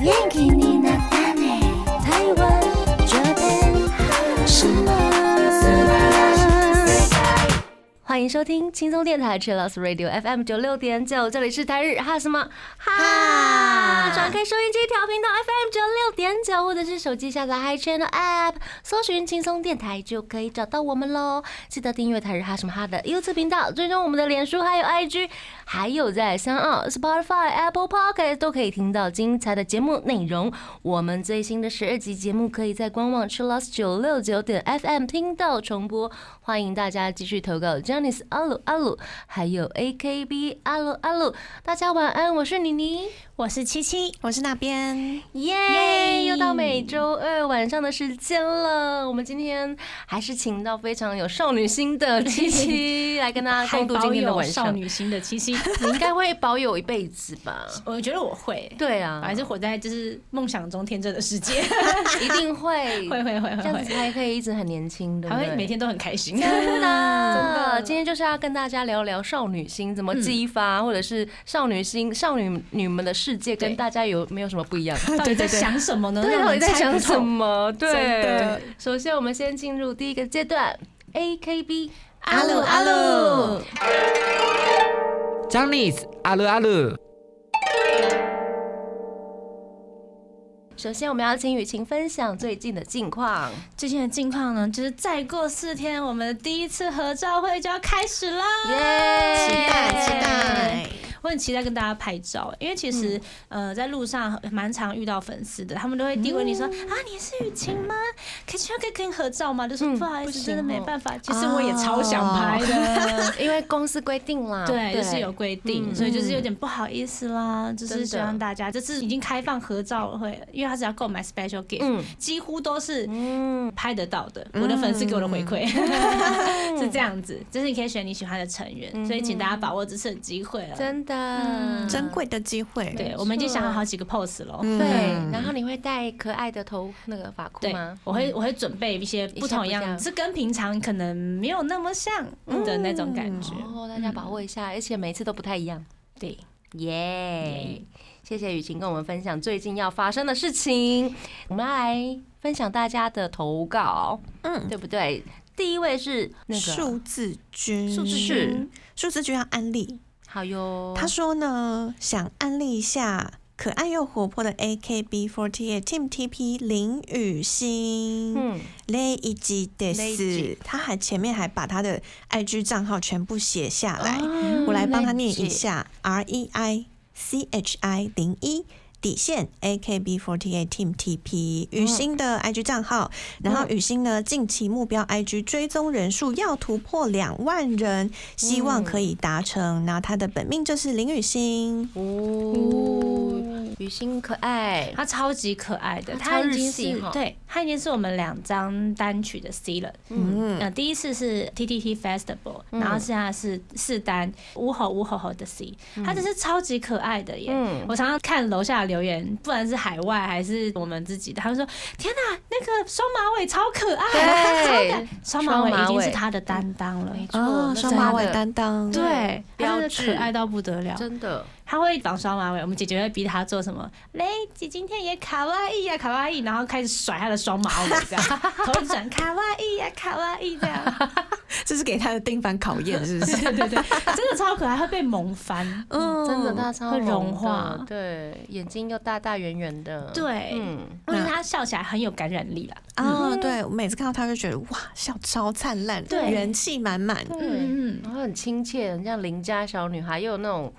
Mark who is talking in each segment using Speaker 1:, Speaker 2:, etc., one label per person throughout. Speaker 1: 元気になったね台湾这边什么
Speaker 2: 欢迎收听轻松电台 Chillus Radio FM 九六点九，这里是台日哈什么哈，
Speaker 1: 哈
Speaker 2: 转开收音机调频道 FM 九六点九，或者是手机下载 Hi Channel App，搜寻轻松电台就可以找到我们喽。记得订阅台日哈什么哈的 YouTube 频道，追踪我们的脸书还有 IG，还有在三澳、Spotify、Apple Pocket 都可以听到精彩的节目内容。我们最新的十二集节目可以在官网 Chillus 九六九点 FM 听到重播，欢迎大家继续投稿 j a n i c e 阿鲁阿鲁，还有 AKB 阿鲁阿鲁。大家晚安，我是妮妮，
Speaker 3: 我是七七，我是那边。
Speaker 2: 耶、又到每周二晚上的时间了。我们今天还是请到非常有少女心的七七来跟大家
Speaker 3: 还
Speaker 2: 啊共度
Speaker 3: 保
Speaker 2: 今天的
Speaker 3: 有
Speaker 2: 晚
Speaker 3: 少
Speaker 2: 上。
Speaker 3: 女心的七七，
Speaker 2: 你 应该会保有一辈子吧？
Speaker 3: 我觉得我会，
Speaker 2: 对
Speaker 3: 我
Speaker 2: 啊，
Speaker 3: 还是活在就是梦想中天真的 世界，
Speaker 2: 一定 会，
Speaker 3: 会会会
Speaker 2: 这样
Speaker 3: 会
Speaker 2: 子
Speaker 3: 会，
Speaker 2: 才可以一直很年轻，对不
Speaker 3: 还会每
Speaker 2: 对？
Speaker 3: 天都很开心。
Speaker 2: 真的，嗯
Speaker 3: 的
Speaker 2: 今天就是要跟大家聊聊少女心怎么激发，或者是少女心、少女女们的世界跟
Speaker 3: 对
Speaker 2: 大家有没有什么不一样？
Speaker 3: 到底在想什么呢？
Speaker 2: 对，
Speaker 3: 让
Speaker 2: 到
Speaker 3: 嗯我
Speaker 2: 底
Speaker 3: 们
Speaker 2: 在
Speaker 3: 猜
Speaker 2: 想
Speaker 3: 不
Speaker 2: 什
Speaker 3: 透？
Speaker 2: 么？
Speaker 3: 真
Speaker 2: 对
Speaker 3: 的，
Speaker 2: 首先我们先进入第一个阶段，AKB
Speaker 3: 阿鲁阿鲁，
Speaker 4: 张力阿鲁阿鲁，
Speaker 2: 首先我们要请雨晴分享最近的近况。
Speaker 3: 最近的近况呢，就是再过四天，我们的第一次合照会就要开始啦。
Speaker 2: 耶！
Speaker 3: 期待期待。我很期待跟大家拍照，因为其实、呃，在路上蛮常遇到粉丝的，他们都会递问你说、啊，你是雨晴吗？可以去可以跟你合照吗？就说、
Speaker 2: 嗯
Speaker 3: 不好意
Speaker 2: 不
Speaker 3: 思，
Speaker 2: 行
Speaker 3: 真的没
Speaker 2: 哦
Speaker 3: 办法。其实我也超想拍的，
Speaker 2: 因为公司规定啦，
Speaker 3: 对，就是有规定，
Speaker 2: 嗯
Speaker 3: 所以就是有点不好意思啦，就
Speaker 2: 真的
Speaker 3: 是希望大家这次已经开放合照会了，因为他只要购买 special gift，、
Speaker 2: 嗯
Speaker 3: 几乎都是。
Speaker 2: 嗯，
Speaker 3: 拍得到的，我的粉丝给我的回馈、 是这样子，就是你可以选你喜欢的成员，所以请大家把握这次的机会了。
Speaker 2: 真啊
Speaker 3: 嗯
Speaker 2: 的
Speaker 5: 珍。贵的机会。
Speaker 3: 对，我们已经想好好几个 pose 了。
Speaker 2: 对
Speaker 5: 嗯，
Speaker 2: 然后你会戴可爱的头那个发箍
Speaker 3: 对
Speaker 2: 吗？，嗯
Speaker 3: 我会我会准备一些不
Speaker 2: 一
Speaker 3: 同
Speaker 2: 些不一样嗯
Speaker 3: 样，是跟平常可能没有那么像的那种感觉。
Speaker 2: 哦，大家把握一下，而且每次都不太一样。
Speaker 3: 嗯对，
Speaker 2: 耶！谢谢雨晴跟我们分享最近要发生的事情。我们来分享大家的投稿，
Speaker 5: 嗯，
Speaker 2: 对不对？第一位是那个
Speaker 5: 数字君，
Speaker 2: 数字嗯是
Speaker 5: 数字君要安利。
Speaker 2: 好哟，
Speaker 5: 他说呢，想安利一下可爱又活泼的 AKB48 Team TP 林雨欣
Speaker 2: 嗯，
Speaker 5: ，Lady
Speaker 2: Lady
Speaker 5: Des，他还前面还把他的 IG 账号全部写下来，
Speaker 2: 哦
Speaker 5: 我来帮他念一下：R E I C H I 零一。底线 AKB48 Team TP 雨欣的 IG 账号，然后雨欣呢近期目标 IG 追踪人数要突破两万人，希望可以达成。那她的本命就是林雨欣，
Speaker 3: 嗯
Speaker 2: 哦，雨欣可爱，
Speaker 3: 他超级可爱的，
Speaker 2: 他超
Speaker 3: 他
Speaker 2: 日
Speaker 3: 已经
Speaker 2: 系
Speaker 3: 是
Speaker 2: 哈
Speaker 3: 对，他已经是我们两张单曲的 C 了。嗯，呃，第一次是 T T T Festival，然
Speaker 2: 嗯
Speaker 3: 后现在是四单呜吼呜吼吼的 C，他真是超级可爱的耶
Speaker 2: 嗯！
Speaker 3: 我常常看楼下的留言，不管是海外还是我们自己的，他们说：“天哪，那个双马尾超可爱，
Speaker 2: 对
Speaker 3: 超可爱双马
Speaker 2: 双
Speaker 3: 尾
Speaker 2: 马
Speaker 3: 已经
Speaker 2: 尾
Speaker 3: 是他的担当了。”
Speaker 2: 哦
Speaker 5: 哦，
Speaker 2: 那
Speaker 5: 双马尾
Speaker 2: 真的
Speaker 5: 担当，
Speaker 3: 对，
Speaker 2: 标
Speaker 3: 他真的
Speaker 2: 志
Speaker 3: 可爱到不得了。
Speaker 2: 真的，
Speaker 3: 他会绑双马尾，我们姐姐会逼他做什么？雷姐今天也卡哇伊呀，卡哇伊，然后开始甩他的双马尾，这 样头一转卡哇伊呀，卡哇伊这样，
Speaker 5: 这是给她的定番考验，是不是？
Speaker 3: 对对对，啊真的超可爱，会被萌翻。
Speaker 5: 嗯
Speaker 2: 真的大超
Speaker 3: 会
Speaker 2: 萌的
Speaker 3: 融化
Speaker 2: 对，眼睛又大大圆圆的，
Speaker 3: 对
Speaker 2: 嗯，
Speaker 3: 而且他笑起来很有感染力啦。
Speaker 5: 啊、对，我每次看到她就觉得哇，笑超灿烂，
Speaker 3: 对
Speaker 5: 元气满满。
Speaker 2: 对。
Speaker 3: 嗯嗯
Speaker 2: 然后很亲切，很像邻家小女孩，又有那种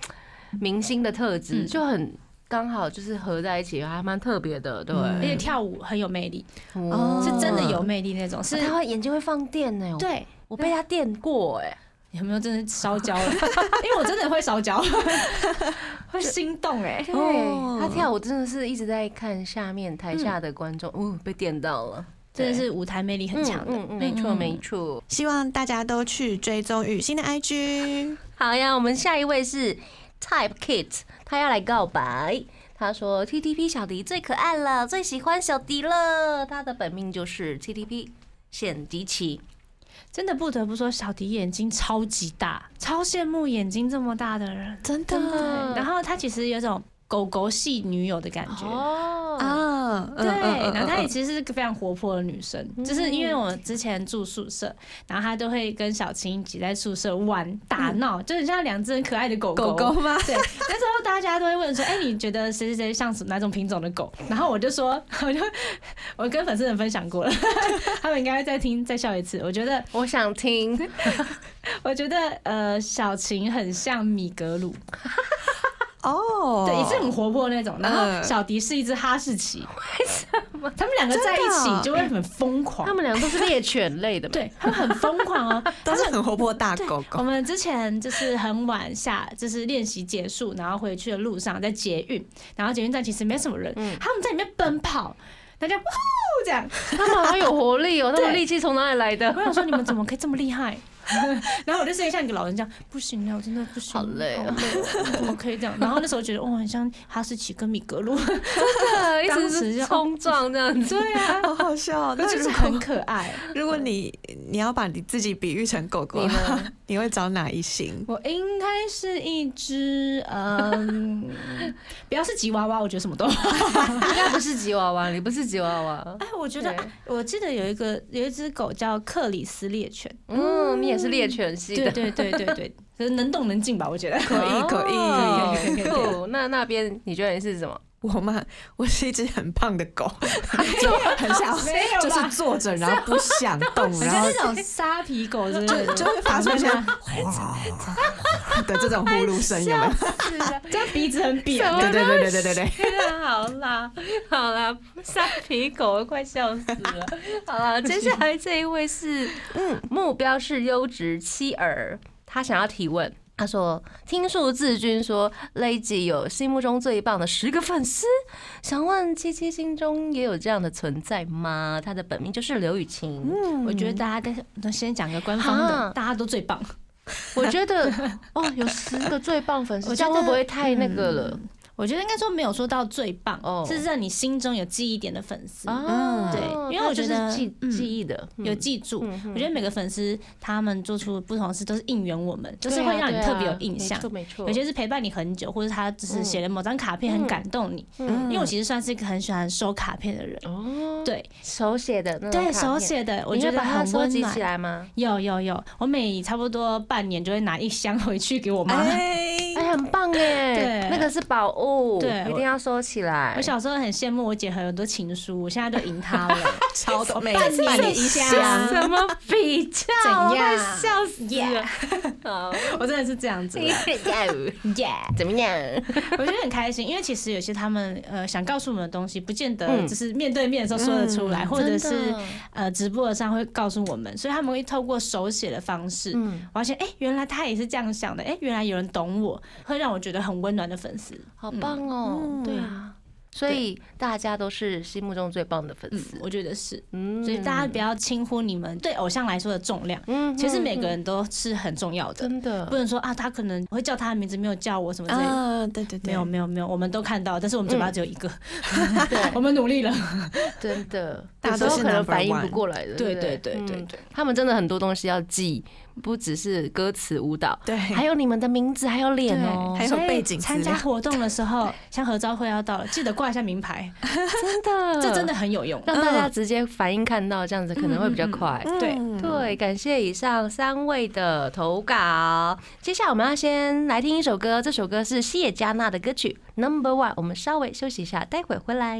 Speaker 2: 明星的特质，
Speaker 3: 嗯
Speaker 2: 就很刚好就是合在一起，还蛮特别的，对，
Speaker 3: 嗯，而且跳舞很有魅力，
Speaker 2: 哦
Speaker 3: 是真的有魅力那种。是
Speaker 2: 是，她会眼睛会放电呢、我，
Speaker 3: 对，
Speaker 2: 我被她电过哎、
Speaker 3: 有没有真的烧焦 了？因为我真的会烧焦，会心动哎。
Speaker 2: 对，
Speaker 5: 哦
Speaker 2: 她跳舞真的是一直在看下面台下的观众，哦，被电到了，
Speaker 3: 真的是舞台魅力很强的，
Speaker 2: 嗯嗯，没错
Speaker 3: 嗯
Speaker 2: 没错。
Speaker 5: 希望大家都去追踪雨欣的 IG。
Speaker 2: 好呀，我们下一位是 Type Kit，他要来告白。他说 TTP 小迪最可爱了，最喜欢小迪了。他的本命就是 TTP 显迪奇。
Speaker 3: 真的不得不说，小迪眼睛超级大，超羡慕眼睛这么大的人。
Speaker 5: 真
Speaker 3: 对，
Speaker 2: 的
Speaker 3: 然后他其实有一种狗狗系女友的感觉。
Speaker 2: 哦
Speaker 5: 啊，
Speaker 3: 对，然后她也
Speaker 5: 嗯
Speaker 3: 其实是个非常活泼的女生，就是因为我之前住宿舍，然后她都会跟小青一起在宿舍玩打闹，就很像两只很可爱的嗯狗
Speaker 5: 狗狗吗？
Speaker 3: 对，那时候大家都会问说，哎、你觉得谁谁谁像什么哪种品种的狗？然后我就说， 我就我跟粉丝们分享过了， 他们应该会再听再笑一次。我觉得，
Speaker 2: 我想听，
Speaker 3: 我觉得，呃，小晴很像米格鲁，
Speaker 5: 哦，
Speaker 3: 对，也是很活泼那种。然后
Speaker 5: 嗯
Speaker 3: 小迪是一只哈士奇，为什么？他们两个在一
Speaker 5: 真的
Speaker 3: 起
Speaker 5: 哦
Speaker 3: 就会很疯狂
Speaker 2: 他，们俩都是猎犬类的吧，
Speaker 3: 对他们很疯狂哦，
Speaker 5: 都是很活泼大狗
Speaker 3: 我
Speaker 5: 狗，
Speaker 3: 们之前就是很晚下，就是练习结束，然后回去的路上在捷运，然后捷运站其实没什么人，他们在里面奔跑，大家哦这样，
Speaker 2: 他们好有活力哦，他们力气从哪里来的
Speaker 3: 我？想说你们怎么可以这么厉害？ 然后我就声音像一个老人这样，不行啊了，我真的不行，
Speaker 2: 好累
Speaker 3: 好
Speaker 2: 哦
Speaker 3: 累哦，怎么可以这样？然后那时候觉得，哦，很像哈士奇跟米格 鲁，
Speaker 2: 一直是冲撞这样子，
Speaker 3: 对啊，
Speaker 5: 好 好笑。那
Speaker 3: 就是
Speaker 5: 如
Speaker 3: 很
Speaker 5: 果
Speaker 3: 可爱。
Speaker 5: 如果你你要把你自己比喻成狗狗
Speaker 2: 你
Speaker 5: 的
Speaker 2: 呢
Speaker 5: 话， 你会找哪一型？
Speaker 3: 我应该是一只，嗯， 不要是吉娃娃，我觉得什么都
Speaker 2: 应该不是吉娃娃，你不是吉娃娃，
Speaker 3: 哎， 我觉得
Speaker 2: 对
Speaker 3: 我记得有一个有一只狗叫克里斯猎犬，
Speaker 2: 嗯，你也是猎犬系
Speaker 3: 对
Speaker 2: 的，
Speaker 3: 对对对对，就是能动能静吧，我觉得。
Speaker 5: 可以，可以。
Speaker 2: 哦
Speaker 3: 可以可以可以可以
Speaker 2: 酷那那边你觉得你是什么？
Speaker 5: 我嘛，我是一只很胖的 狗，就很想
Speaker 3: 没有啦啊
Speaker 5: 就是坐着，然后不想动，
Speaker 3: 很
Speaker 5: 然
Speaker 3: 像
Speaker 5: 后
Speaker 3: 那种沙皮狗 之类的，
Speaker 5: 就会发出一些
Speaker 3: 啊
Speaker 5: 的这种呼噜声，有没有？
Speaker 3: 是的，这样鼻子很扁。
Speaker 2: 什么
Speaker 5: 对对对对对对对。
Speaker 3: 对 啊，好啦，
Speaker 2: 好啦，沙皮狗快笑死 了。好啦，接下来这一位是，嗯，目标是优质妻儿，他想要提问。他说：“听数字君说 Lazy 有心目中最棒的十个粉丝，想问七七心中也有这样的存在吗？他的本名就是刘雨晴。
Speaker 3: 我觉得大家先先讲个官方
Speaker 2: 啊
Speaker 3: 的，大家都最棒。
Speaker 2: 我觉得 哦，有十个最棒粉丝，
Speaker 3: 我
Speaker 2: 这
Speaker 3: 觉
Speaker 2: 样
Speaker 3: 得
Speaker 2: 会不会太那个了？
Speaker 3: 我觉得应该说没有说到最棒
Speaker 2: 哦，
Speaker 3: 是让你心中有记忆点的粉丝。
Speaker 2: 哦，
Speaker 3: 嗯对因为我觉得
Speaker 2: 他就是记
Speaker 3: 嗯
Speaker 2: 记忆的
Speaker 3: 有记住。
Speaker 2: 嗯
Speaker 3: 我觉得每个粉丝他们做出不同的事都是应援我们，就是
Speaker 2: 对啊
Speaker 3: 会让你
Speaker 2: 对啊
Speaker 3: 特别有印象
Speaker 2: 没错。没错，
Speaker 3: 有些是陪伴你很久，或者他只是写了某张卡片很感动你。
Speaker 2: 嗯
Speaker 3: 因为我其实算是一个很喜欢收卡片的人，
Speaker 2: 哦，
Speaker 3: 对
Speaker 2: 手写的那种
Speaker 3: 对，
Speaker 2: 卡
Speaker 3: 手
Speaker 2: 片，
Speaker 3: 写的我
Speaker 2: 你
Speaker 3: 觉
Speaker 2: 会
Speaker 3: 得
Speaker 2: 把它
Speaker 3: 很
Speaker 2: 收
Speaker 3: 温
Speaker 2: 集起
Speaker 3: 暖。
Speaker 2: 来吗？
Speaker 3: 有有有，我每差不多半年就会拿一箱回去给我妈。
Speaker 5: 哎，
Speaker 2: 哎，很棒哎，
Speaker 3: 对
Speaker 2: 那个是宝物，
Speaker 3: 对
Speaker 2: 一定要收起来。
Speaker 3: 我小时候很羡慕我姐很多情书，我现在都赢她了，
Speaker 5: 超 多每
Speaker 3: 半
Speaker 5: 半
Speaker 3: 年
Speaker 5: 年
Speaker 3: 一
Speaker 5: 一
Speaker 3: 箱
Speaker 5: 箱，
Speaker 2: 什么 比较？啊
Speaker 3: 怎样
Speaker 2: 我快笑死了
Speaker 3: Yeah！
Speaker 2: 好，
Speaker 3: 我真的是这样子的。Yeah
Speaker 2: 怎么样？
Speaker 3: 我觉得很开心，因为其实有些他们呃想告诉我们的东西，不见得
Speaker 2: 嗯
Speaker 3: 就是面对面的时候说得出来，或者
Speaker 2: 真
Speaker 3: 是
Speaker 2: 的
Speaker 3: 呃直播上会告诉我们，所以他们会透过手写的方式，
Speaker 2: 嗯
Speaker 3: 发现哎原来他也是这样想的，哎、原来有人懂我，会让我觉得很温暖的粉丝。
Speaker 2: 好棒哦！
Speaker 5: 嗯
Speaker 2: 对啊，所以大家都是心目中最棒的粉
Speaker 3: 嗯
Speaker 2: 丝，，
Speaker 3: 我觉得是，
Speaker 2: 嗯
Speaker 3: 所以大家不要轻忽你们对偶像来说的重量，
Speaker 2: 嗯
Speaker 3: 其实
Speaker 2: 嗯
Speaker 3: 每个
Speaker 2: 嗯
Speaker 3: 人都是很重要的，
Speaker 2: 真的
Speaker 3: 不能说啊他可能会叫他的名字没有叫我什么之类的。
Speaker 5: 啊，对对
Speaker 3: 没
Speaker 5: 对，
Speaker 3: 有没有没有，我们都看到，但是我们嘴巴
Speaker 2: 嗯
Speaker 3: 只 有一个， 我们努力了。
Speaker 2: 真的，
Speaker 5: 大
Speaker 2: 有
Speaker 5: 家
Speaker 2: 时
Speaker 5: 都
Speaker 2: 候
Speaker 5: 是
Speaker 2: 可能
Speaker 5: number
Speaker 2: 反应不
Speaker 5: one
Speaker 2: 过来的。
Speaker 3: 对
Speaker 2: 不
Speaker 3: 对
Speaker 2: 对
Speaker 3: 对对
Speaker 2: 嗯
Speaker 3: 对
Speaker 2: 他们真的很多东西要记，不只是歌词、舞蹈，
Speaker 5: 对
Speaker 2: 还有你们的名字，还有脸哦，
Speaker 5: 哎还有
Speaker 3: 所以
Speaker 5: 背景资
Speaker 3: 参
Speaker 5: 料
Speaker 3: 加活动的时候，像合照会要到了，记得挂一下名牌，
Speaker 2: 真的，
Speaker 3: 这真的很有用。
Speaker 2: 让大家直接反应看到，这样子可能会比较快。
Speaker 3: 对
Speaker 5: 嗯
Speaker 2: 对，感谢以上三位的投稿。接下来我们要先来听一首歌，这首歌是谢佳娜的歌曲《Number One》。我们稍微休息一下，待会回来。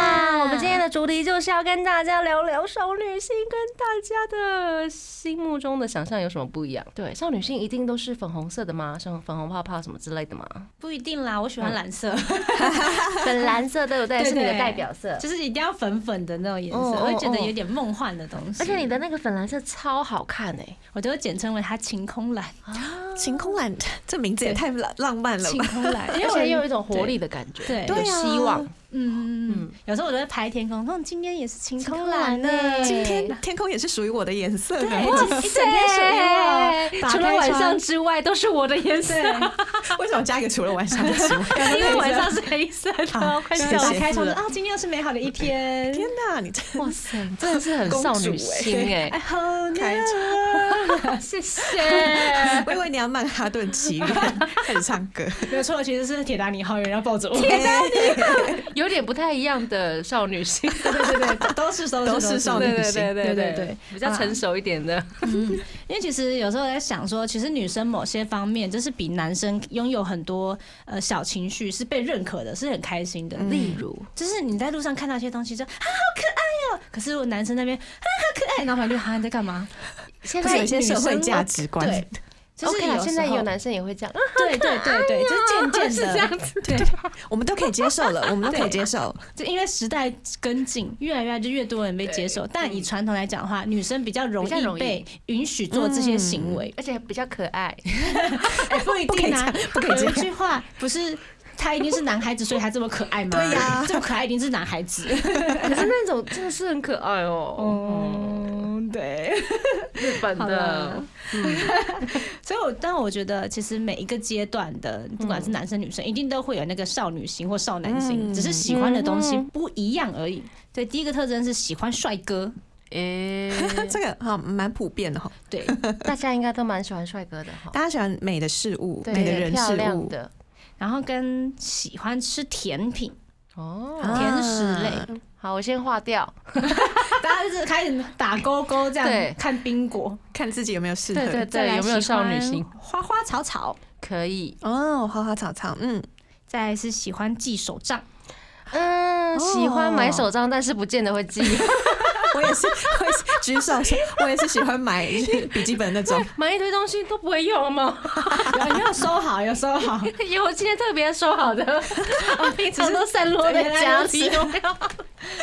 Speaker 2: 我们今天的主题就是要跟大家聊聊少女心，跟大家的心目中的想象有什么不一样？对，少女心一定都是粉红色的吗？像粉红泡泡什么之类 的吗？
Speaker 3: 不一定啦，我喜欢蓝色，
Speaker 2: 粉蓝色对不对？
Speaker 3: 对
Speaker 2: 是你的
Speaker 3: 对
Speaker 2: 代表色。
Speaker 3: 就是一定要粉粉的那种颜
Speaker 2: 哦
Speaker 3: 色，
Speaker 2: 哦
Speaker 3: 会觉得
Speaker 2: 哦
Speaker 3: 有点梦幻的东西。
Speaker 2: 而且你的那个粉蓝色超好看哎、
Speaker 3: 我都简称为它晴空蓝，
Speaker 5: 晴空蓝这名字也太浪浪漫了
Speaker 3: 晴
Speaker 5: 吧？
Speaker 3: 空蓝，因
Speaker 2: 啊而
Speaker 3: 为
Speaker 2: 且又
Speaker 3: 有
Speaker 2: 有一种活力的感觉，
Speaker 3: 对
Speaker 2: 有
Speaker 5: 对啊
Speaker 2: 希望。
Speaker 3: 嗯嗯嗯
Speaker 2: 嗯，
Speaker 3: 有时候我都会拍天空，嗯，今天也是晴空
Speaker 2: 蓝欸
Speaker 3: 蓝呢，
Speaker 2: 呢
Speaker 5: 今天
Speaker 2: 对
Speaker 5: 天空也是属于我的颜色
Speaker 3: 对，
Speaker 5: 呢。
Speaker 3: 一整一整
Speaker 2: 哎
Speaker 3: 天哦属于我，
Speaker 2: 除了晚上 之外，都是我的颜色，
Speaker 3: 对，
Speaker 5: 为什么加一个除了晚上的之外？
Speaker 3: 因
Speaker 2: 因为晚 上是黑色的
Speaker 5: 好。
Speaker 2: 快
Speaker 5: 谢
Speaker 2: 笑
Speaker 3: 打
Speaker 5: 谢
Speaker 3: 开窗说啊，今天又是美好的一天，
Speaker 5: 天哪，你这
Speaker 2: 哇塞，你真的是很少女心哎、
Speaker 3: 哎，好呢
Speaker 5: 开
Speaker 2: 谢谢。
Speaker 5: 我以为你要曼哈顿奇缘开始唱 歌，
Speaker 3: 没有错，其实是铁达尼号有人要抱 着我，
Speaker 2: 有点不太一样的少女心，
Speaker 3: 对对对对，都是都是
Speaker 5: 都是少女
Speaker 2: 对对
Speaker 5: 心
Speaker 2: 对对
Speaker 3: 对
Speaker 2: 对啊
Speaker 3: 对
Speaker 2: 对
Speaker 3: 对，
Speaker 2: 比较成熟一点的，
Speaker 3: 因为其实有时候在想说，其实女生某些方面就是比男生拥有很多呃小情绪，是被认可的，是很开心的。
Speaker 2: 例如
Speaker 3: 就是你在路上看到一些东西就，啊好可爱哦、可是我男生那边啊好可爱，然后反正就哈你在干嘛？
Speaker 2: 现
Speaker 5: 不
Speaker 2: 在
Speaker 5: 是有一些社会价值观。
Speaker 3: 对，就是
Speaker 2: OK 啦，
Speaker 3: 时
Speaker 2: 现在
Speaker 3: 候
Speaker 2: 有男生也会 这样，
Speaker 3: 对对对对，就渐渐
Speaker 2: 是这
Speaker 3: 的，
Speaker 2: 样子，
Speaker 3: 对，
Speaker 5: 我们都可以接受 了，我们都可以接受。
Speaker 3: 就因为时代跟进，越来越就越多人被接受。但
Speaker 5: 嗯
Speaker 3: 以传统来讲的话，女生比较容
Speaker 2: 比较容
Speaker 3: 易
Speaker 2: 易
Speaker 3: 被允许做这些行为，
Speaker 2: 而且比较可 爱，
Speaker 3: 哎不一
Speaker 5: 嗯不可以
Speaker 3: 定
Speaker 5: 这
Speaker 3: 啊
Speaker 5: 样，不可以这
Speaker 3: 有一
Speaker 5: 样
Speaker 3: 句话不是。他一定是男孩子，所以他这么可爱吗？
Speaker 5: 对呀
Speaker 3: 这么可爱一定是男孩 子。
Speaker 2: 可是那种真的是很可爱哦，
Speaker 3: 嗯，对。
Speaker 2: 日本
Speaker 3: 好
Speaker 2: 的
Speaker 3: 了，所以我，但我觉得其实每一个阶段的，不管是男生女生，一定都会有那个少女心或少男心，
Speaker 5: 嗯
Speaker 3: 只是喜欢的东西
Speaker 2: 嗯
Speaker 3: 不一样而已。对，第一个特征是喜欢帅哥，
Speaker 2: 诶，
Speaker 5: 这个哈蛮普遍的哈，
Speaker 3: 对，
Speaker 2: 大家应该都蛮喜欢帅哥的哈，
Speaker 5: 大家喜欢美的事物、
Speaker 2: 对
Speaker 5: 美的人
Speaker 2: 漂
Speaker 5: 事
Speaker 2: 亮
Speaker 5: 物，
Speaker 2: 的
Speaker 3: 然后跟喜欢吃甜品、
Speaker 2: 哦。
Speaker 5: 啊
Speaker 3: 甜食类，
Speaker 2: 好，我先划掉。
Speaker 3: 大家就是开始打勾勾这
Speaker 2: 对
Speaker 3: 样看冰果，
Speaker 5: 看自己有没有适
Speaker 2: 对对
Speaker 3: 再
Speaker 5: 合。
Speaker 2: 对，
Speaker 3: 来
Speaker 2: 有没有少女
Speaker 3: 喜
Speaker 2: 心？
Speaker 3: 欢花花草草，
Speaker 2: 可以，
Speaker 5: 哦，花花草草，嗯，
Speaker 3: 再来是喜欢记手 账，
Speaker 2: 嗯，喜欢买手账，但是不见得会记。
Speaker 5: 我也是， 我也是举手说，我也是喜欢买笔记本那种。
Speaker 2: 买一堆东西都不会用吗？
Speaker 3: 啊有有收好，有 收好。
Speaker 2: 有，我今天特别收好的，我平常都散落在家里，有没有？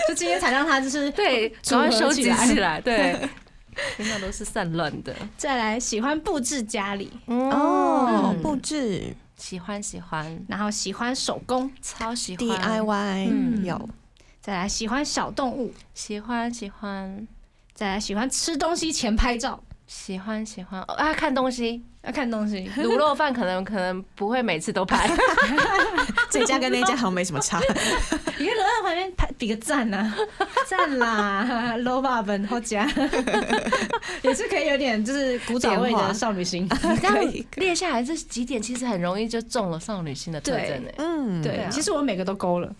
Speaker 3: 就今天才让他就是
Speaker 2: 对，
Speaker 3: 组
Speaker 2: 赶
Speaker 3: 合
Speaker 2: 快收集
Speaker 3: 起来
Speaker 2: 起来。对， 平常都是散乱的。
Speaker 3: 再来喜欢布置家里，
Speaker 5: 哦，
Speaker 2: 嗯
Speaker 5: 布置
Speaker 2: 喜欢喜欢，
Speaker 3: 然后喜欢手工，
Speaker 2: 超喜欢
Speaker 5: DIY
Speaker 2: 嗯
Speaker 5: 有
Speaker 3: 再来喜欢小动物，
Speaker 2: 喜欢喜欢
Speaker 3: 再来喜欢吃东西前拍照，
Speaker 2: 喜欢喜欢哦啊！看东西，
Speaker 3: 要看东西。
Speaker 2: 卤肉饭可能可 能不会每次都拍，
Speaker 5: 这家跟那家好像没什么 差。
Speaker 3: 你看楼上旁边拍比个 赞呐、赞啦，low 爸本好假，也是可以有点就是古早味
Speaker 5: 变化
Speaker 3: 的少女心。
Speaker 2: 你这
Speaker 5: 可
Speaker 2: 样
Speaker 5: 以可
Speaker 2: 列下来这几点，其实很容易就中了少女心的特征欸诶。
Speaker 5: 嗯，
Speaker 3: 对，啊其实我每个都勾了，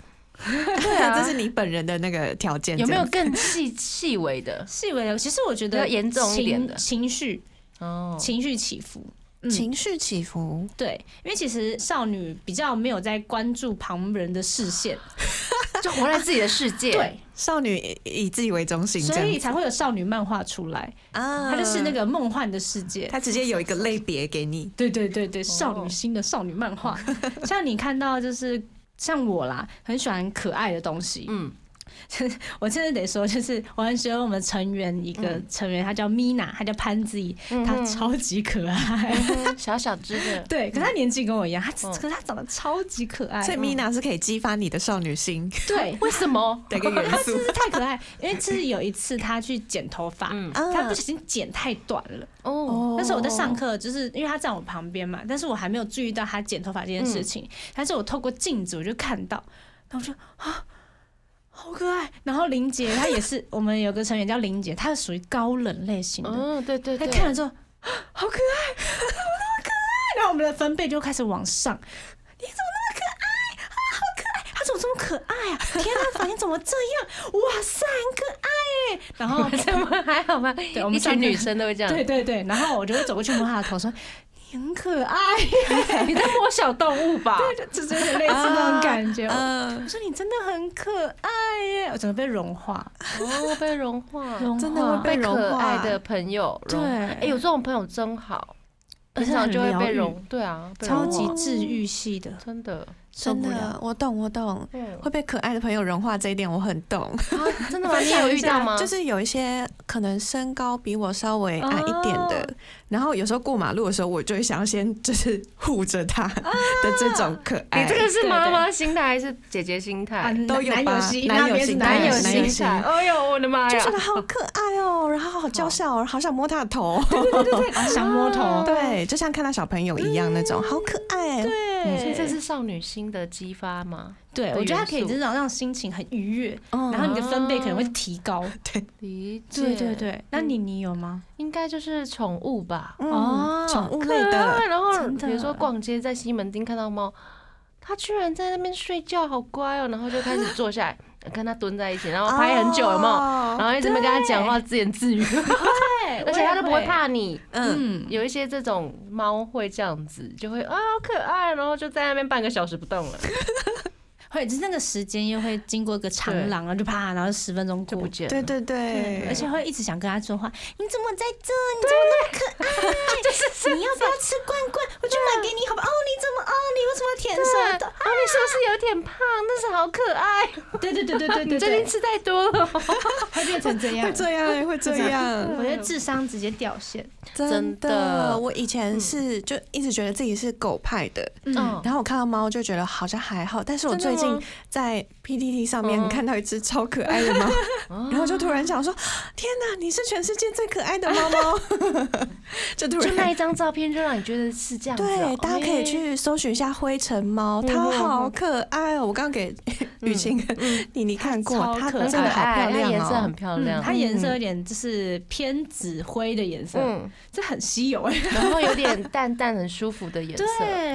Speaker 5: 对啊，这是你本人的那个条件。
Speaker 2: 有没有
Speaker 5: 这样
Speaker 2: 更细细微的？
Speaker 3: 细微的。其实我觉
Speaker 2: 比较
Speaker 3: 得
Speaker 2: 严重一点
Speaker 3: 情
Speaker 2: 的
Speaker 3: 情绪
Speaker 2: 哦，
Speaker 3: 情绪起伏，嗯
Speaker 5: 情绪起伏？
Speaker 3: 对，因为其实少女比较没有在关注旁人的视线，
Speaker 2: 就活在自己的世界。
Speaker 3: 对，
Speaker 5: 少女以以自己为中心，
Speaker 3: 所
Speaker 5: 这
Speaker 3: 以
Speaker 5: 样
Speaker 3: 才会有少女漫画出来，
Speaker 5: 啊
Speaker 2: 嗯
Speaker 3: 它就是那，个梦幻的世界。
Speaker 5: 他直接有一个类别给你。
Speaker 3: 对对对
Speaker 2: 哦
Speaker 3: 对，少女心的少女 漫画，像你看到就是像我啦，很喜欢可爱的东西。
Speaker 2: 嗯，
Speaker 3: 我真的得说，就是我很喜欢我们成员一
Speaker 2: 嗯
Speaker 3: 个成员，她叫 Mina，她叫潘子怡，她超级可爱。
Speaker 2: 小小只的，
Speaker 3: 对，可是她年纪跟我一样，她只
Speaker 2: 嗯
Speaker 3: 可是她长得超级可爱
Speaker 5: 所。以 Mina 是可以激发你的少女 心
Speaker 3: 对，
Speaker 2: 为什么？
Speaker 5: 的一个元素
Speaker 3: 真是太可爱。因为就是有一次她去剪头发，
Speaker 2: 嗯
Speaker 5: 啊
Speaker 3: 她不小心剪太短了。
Speaker 2: 哦，
Speaker 3: 那时候我在上课，就是因为他站我旁边嘛，但是我还没有注意到他剪头发这件
Speaker 5: 嗯
Speaker 3: 事情，但是我透过镜子我就看到，然后我就啊。好可爱！然后林杰他也是，我们有个成员叫林杰，他是属于高冷类型的。
Speaker 2: 嗯，对对
Speaker 3: 他
Speaker 2: 对，
Speaker 3: 看了之后，啊 好可爱， 怎么那么可爱？然后我们的分贝就开始往上。你怎么那么啊可爱？啊，好可爱！他怎么这么可爱啊？天呐，发型怎么这样？ 哇塞，很可爱耶！然后
Speaker 2: 怎么还好吗？
Speaker 3: 对我们
Speaker 2: 一
Speaker 3: 上
Speaker 2: 群
Speaker 3: 课
Speaker 2: 女生都会这样，
Speaker 3: 对 对对，然后我就会走过去摸他的头，说：“你很可 爱。
Speaker 2: 你在摸小动物吧？”
Speaker 3: 就是有点类似那种感觉。
Speaker 5: 嗯，
Speaker 3: 我说：“你真的很可爱耶！”我整个被融化，
Speaker 2: 哦，被融化，
Speaker 3: 融化
Speaker 5: 哦真的会被
Speaker 2: 被
Speaker 5: 融
Speaker 2: 可爱
Speaker 5: 化
Speaker 2: 的朋友融化。
Speaker 3: 对
Speaker 2: 哎，有这种朋友真好，
Speaker 3: 而
Speaker 2: 平
Speaker 3: 且
Speaker 2: 常
Speaker 3: 很
Speaker 2: 就会
Speaker 3: 疗
Speaker 2: 被
Speaker 3: 愈
Speaker 2: 融，对啊，被
Speaker 3: 超
Speaker 2: 融
Speaker 3: 级
Speaker 2: 化
Speaker 3: 治愈系的，
Speaker 2: 真的，嗯
Speaker 3: 受
Speaker 5: 真
Speaker 3: 不了。
Speaker 5: 的，我懂，我懂，会被可爱的朋友融化这一点，我很懂。
Speaker 6: 啊，真 的吗？你有遇到吗？
Speaker 5: 就是有一些可能身高比我稍微矮一点的，
Speaker 6: 哦
Speaker 5: 然后有时候过马路的时候，我就会想要先就是护着他的这种可
Speaker 2: 啊
Speaker 5: 爱。
Speaker 2: 你这个是妈妈心态还是姐姐心态？
Speaker 5: 都有吧
Speaker 3: 男友心，
Speaker 5: 男友
Speaker 3: 那边是
Speaker 5: 心
Speaker 3: 啊男
Speaker 2: 男
Speaker 3: 友
Speaker 2: 友
Speaker 3: 心
Speaker 5: 心，
Speaker 2: 心态。哎呦，我的妈
Speaker 5: 就
Speaker 2: 呀
Speaker 5: 觉！得好可爱哦、然后好娇小哦，好想摸他的头，
Speaker 3: 啊想摸头，
Speaker 5: 对，就像看到小朋友一样那种，好可爱。哦
Speaker 3: 对，
Speaker 2: 哎所以这是少女心的激发吗？
Speaker 3: 对，
Speaker 2: 的
Speaker 3: 我觉得它
Speaker 2: 元
Speaker 3: 可以
Speaker 2: 素
Speaker 3: 真的让心情很愉悦，
Speaker 5: 嗯
Speaker 3: 然后你的分贝可能会提高。
Speaker 2: 理解，
Speaker 3: 对对，对，那你你有吗？
Speaker 2: 应该就是宠物吧。
Speaker 5: 嗯
Speaker 3: 哦，
Speaker 5: 宠物
Speaker 2: 可
Speaker 5: 类
Speaker 2: 爱，
Speaker 5: 的，
Speaker 2: 然后
Speaker 3: 真的
Speaker 2: 比如说逛街，在西门町看到猫，它居然在那边睡觉，好乖哦，然后就开始坐下来， 跟它蹲在一起，然后拍很久，有没有？然
Speaker 5: 哦
Speaker 2: 后一直在那边跟它讲话，自言自语，
Speaker 3: 对
Speaker 2: 而且它都不会。怕你。
Speaker 5: 嗯，
Speaker 3: 嗯，
Speaker 2: 有一些这种猫会这样子，就会啊好可爱，然后就在那边半个小时不动 了，
Speaker 3: 会，就是那个时间又会经过一个长
Speaker 2: 对
Speaker 3: 廊，然后就啪，然后十分钟
Speaker 2: 就
Speaker 3: 过
Speaker 2: 不
Speaker 3: 去，
Speaker 2: 见了。
Speaker 5: 对对对，
Speaker 3: 而且会一直想跟他说话。你怎么在这？你怎么那么可爱？ 就是你要不要吃罐罐？我去买给你好不好？哦，你怎么哦？你为什么舔舌头？
Speaker 2: 啊，你是不是有点胖？但是好可爱。
Speaker 3: 对对对对对
Speaker 2: 你
Speaker 3: 对，
Speaker 2: 最近吃太多了，
Speaker 3: 会变成这样
Speaker 5: 会。这样，会这样。
Speaker 3: 我觉得智商直接掉线。
Speaker 5: 真
Speaker 2: 真的
Speaker 5: 我以前是就一直觉得自己是狗派的，
Speaker 2: 嗯
Speaker 5: 然后我看到猫就觉得好像还好，但是我
Speaker 2: 真的
Speaker 5: 最
Speaker 2: 吗
Speaker 5: 近在 PTT 上面
Speaker 2: 嗯
Speaker 5: 看到一只超可爱的猫， 然后就突然想说：天哪，你是全世界最可爱的猫猫！ 就突
Speaker 2: 就那
Speaker 5: 然
Speaker 2: 一张照片就让你觉得是这样子哦。
Speaker 5: 对，大家可以
Speaker 2: 哎
Speaker 5: 去搜寻一下灰尘猫，它好可爱哦！我刚刚给雨晴跟妮妮看过，
Speaker 3: 它超
Speaker 5: 它
Speaker 3: 可
Speaker 2: 哎
Speaker 5: 真
Speaker 3: 爱
Speaker 5: 的好漂
Speaker 2: 嗯它
Speaker 5: 亮
Speaker 2: 颜色
Speaker 5: 哦
Speaker 2: 很。漂
Speaker 3: 嗯，
Speaker 2: 亮，
Speaker 3: 它颜色有点就是偏紫灰的颜色，
Speaker 2: 嗯，
Speaker 3: 这很稀有哎、
Speaker 2: 然后有点淡淡很舒服的颜色。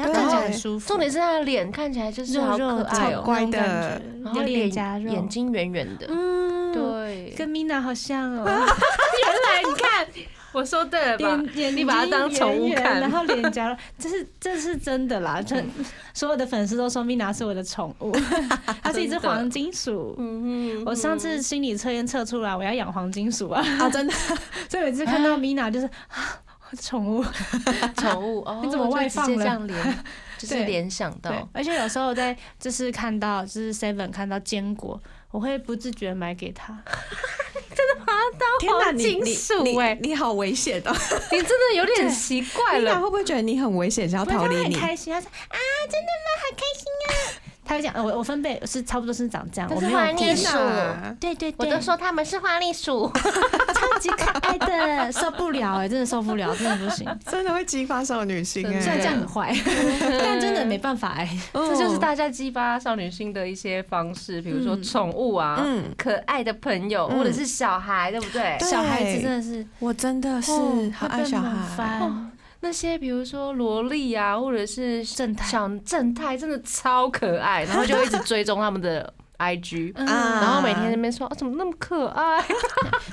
Speaker 3: 它
Speaker 5: 对
Speaker 3: 看起来很舒服。
Speaker 2: 重点是它的脸看起来就是好可爱
Speaker 5: 超
Speaker 2: 哦，
Speaker 5: 乖的
Speaker 2: 然
Speaker 3: 有
Speaker 2: 后
Speaker 3: 脸
Speaker 2: 脸
Speaker 3: 颊肉，
Speaker 2: 眼睛圆圆的，
Speaker 3: 嗯，
Speaker 2: 对，
Speaker 3: 跟 Mina 好像哦，
Speaker 2: 原来你看，我说 对了吧？
Speaker 3: 脸眼
Speaker 2: 你把它当宠物
Speaker 3: 睛圆圆
Speaker 2: 看嗯
Speaker 3: 然后脸颊肉，这是这是真的啦，这 所有的粉丝都说 Mina 是我的宠 物，它是一只
Speaker 2: 真的
Speaker 3: 黄金鼠。
Speaker 2: 嗯
Speaker 3: 我上次心理测验测出来，我要养黄金鼠啊，
Speaker 5: 啊，真的，
Speaker 3: 所以每次看到 Mina 就是 啊，我的宠物。
Speaker 2: 宠物哦，
Speaker 3: 你怎么
Speaker 2: 我就
Speaker 3: 外放
Speaker 2: 直接
Speaker 3: 了
Speaker 2: 这样 联，就是
Speaker 3: 对
Speaker 2: 联想
Speaker 3: 对
Speaker 2: 到，，
Speaker 3: 而且有时候在就是看到就是 Seven 看到坚果，我会不自觉买给他。
Speaker 5: 天哪，你
Speaker 2: 黄
Speaker 5: 你
Speaker 2: 金鼠
Speaker 5: 你
Speaker 2: 哎
Speaker 5: 你好危险哦！
Speaker 2: 你真的有点奇怪
Speaker 5: 妮娜
Speaker 2: 了。
Speaker 5: 会不会觉得你很危险，想要
Speaker 3: 不会
Speaker 5: 逃
Speaker 3: 他
Speaker 5: 离
Speaker 3: 会很
Speaker 5: 你？
Speaker 3: 开心，他说啊，真的吗？好开心啊！他会讲，呃我我分贝是差不多是长这样，
Speaker 2: 但
Speaker 3: 我
Speaker 2: 是
Speaker 3: 没
Speaker 2: 花
Speaker 3: 有
Speaker 2: 栗
Speaker 3: 天
Speaker 2: 鼠，
Speaker 5: 哪
Speaker 3: 对对
Speaker 2: 我
Speaker 3: 对，
Speaker 2: 都说他们是花栗鼠，
Speaker 3: 超级可爱的， 受不了哎，真的受不了，真的不行。
Speaker 5: 真的会激发少女心
Speaker 2: 真
Speaker 5: 哎、
Speaker 2: 的
Speaker 3: 虽然这样很坏，但真的没办法哎。
Speaker 2: 这就是
Speaker 5: 大
Speaker 2: 大家激发少女心的一些方式，比如说宠物啊，
Speaker 5: 嗯，
Speaker 2: 可爱的朋友或者是小孩，对不嗯对？
Speaker 5: 对
Speaker 3: 小孩子真的是
Speaker 5: 我真的是
Speaker 3: 哦
Speaker 5: 好爱小
Speaker 3: 会被
Speaker 5: 孩，
Speaker 3: 萌
Speaker 2: 那些比如说萝莉啊，或者是
Speaker 3: 正太
Speaker 2: 小正太，真的超可爱，然后就一直追踪他们 的 IG，
Speaker 3: 翻
Speaker 5: 啊
Speaker 3: 啊！
Speaker 2: 然后每天在那边嗯说啊怎么那么可爱，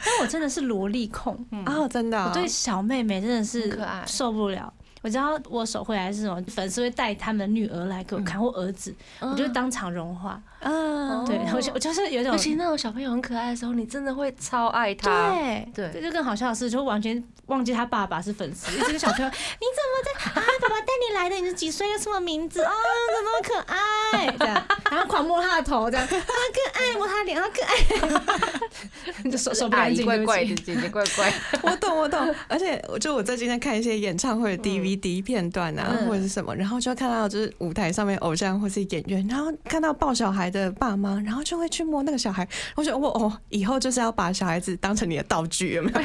Speaker 3: 但我真的是萝莉控，
Speaker 5: 哦，真的、
Speaker 3: 我对小妹妹真的
Speaker 2: 啊很
Speaker 3: 是
Speaker 2: 可爱
Speaker 3: 受不了。我知道握手会还是什么，粉丝会带他们的女儿来给我
Speaker 2: 嗯
Speaker 3: 看，或儿子，我就当场融化。
Speaker 5: 嗯，
Speaker 3: 对，我就我就是有一种
Speaker 2: 尤 其那种小朋友很可爱的时候，你真的会超爱他。
Speaker 3: 对
Speaker 2: 对
Speaker 3: 这就更好笑的是，就完全忘记他爸爸是粉 丝。这个小朋友，你怎么在啊？爸爸带你来的，你是几岁？叫什么名字？啊、怎么那么可爱？这样，然后狂摸他的头，这样，啊，可爱，摸他的脸，啊，可爱， 就手手不
Speaker 2: 阿
Speaker 3: 干
Speaker 2: 姨
Speaker 3: 净，
Speaker 2: 怪
Speaker 3: 对不
Speaker 2: 怪
Speaker 3: 起
Speaker 2: 的，姐姐怪 怪的，
Speaker 5: 我 懂我懂，而且我就我最近在看一些演唱会的 DVD 片段啊，
Speaker 3: 嗯
Speaker 5: 或者是什么，然后就看到就是舞台上面偶像或是演员，然后看到抱小孩的爸妈，然后就会去摸那个小孩，我觉得我哦，以后就是要把小孩子当成你的道具，有没有？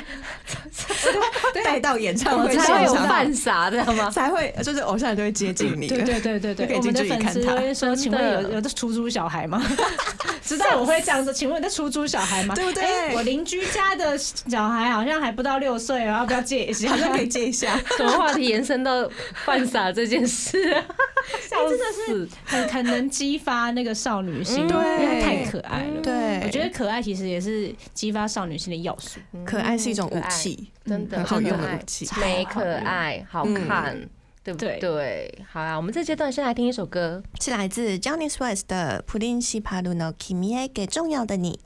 Speaker 5: 带到演唱会现
Speaker 2: 才会有
Speaker 5: 场，
Speaker 2: 犯傻，知道吗？
Speaker 5: 才会就是偶像就会接近你，
Speaker 3: 对对对对
Speaker 5: 就可
Speaker 3: 对，
Speaker 5: 以
Speaker 3: 我们的
Speaker 5: 近距离
Speaker 3: 粉丝
Speaker 5: 看他
Speaker 3: 会说：“请问有有的出租小孩吗？” 知道我会这样说，请问你在出租小孩吗？
Speaker 5: 对不对
Speaker 3: 哎我邻居家的小孩好像还不到六岁哦，要不要借一下？
Speaker 5: 好像可以接 一下。
Speaker 2: 什么话题延伸到犯傻这件事、啊？ 真的是
Speaker 3: 很很能激发那个少女
Speaker 2: 嗯
Speaker 3: 心，
Speaker 5: 对嗯
Speaker 3: 因为她太可爱了。
Speaker 5: 对，
Speaker 3: 我觉得可爱其实也是激发少女心的要素。
Speaker 5: 可爱是一种武器，
Speaker 2: 真的
Speaker 5: 很好
Speaker 2: 真的
Speaker 5: 用的
Speaker 2: 爱
Speaker 5: 武器。
Speaker 2: 美可爱，好看，对不
Speaker 3: 对
Speaker 2: 对？好啊，我们这阶段先来听一首歌，
Speaker 5: 是来自 Johnny Swift 的《普林西帕鲁诺 Kimi》给重要的你。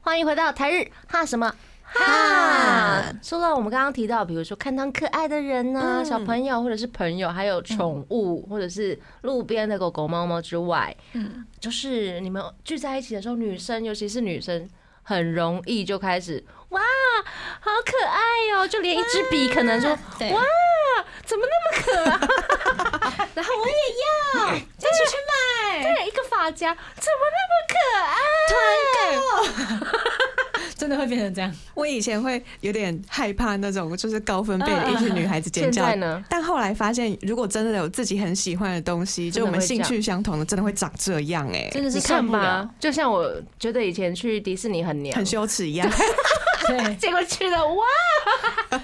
Speaker 2: 欢迎回到台日哈什么。哈。说到我们刚刚提到，比如说看到可爱的人呢、
Speaker 5: 嗯
Speaker 2: 小朋友或者是朋友，还有宠物、或者是路边的狗狗、猫猫之外，
Speaker 3: 嗯
Speaker 2: 就是你们聚在一起的时候，女生尤其是女生。很容易就开始哇，好可爱哦、就连一支笔可能说
Speaker 3: 嗯对，
Speaker 2: 哇，怎么那么可爱？
Speaker 3: 然后我也要再出去买，
Speaker 2: 对，哎一个发夹，怎么那么可爱？
Speaker 3: 真的会变成这样。
Speaker 5: 我以前会有点害怕那种，就是高分贝的一群女孩子尖
Speaker 2: 现
Speaker 5: 叫
Speaker 2: 在。呢？
Speaker 5: 但后来发现，如果真的有自己很喜欢的东西，
Speaker 2: 真
Speaker 5: 就
Speaker 2: 的
Speaker 5: 我们
Speaker 2: 会这
Speaker 5: 兴
Speaker 2: 样
Speaker 5: 趣相同的，真的会长这样哎、
Speaker 3: 真的是
Speaker 2: 你
Speaker 3: 受
Speaker 2: 看
Speaker 3: 不了
Speaker 2: 吧，，就像我觉得以前去迪士尼很娘
Speaker 5: 很，羞耻一样。
Speaker 3: 对，
Speaker 2: 结果去了哇，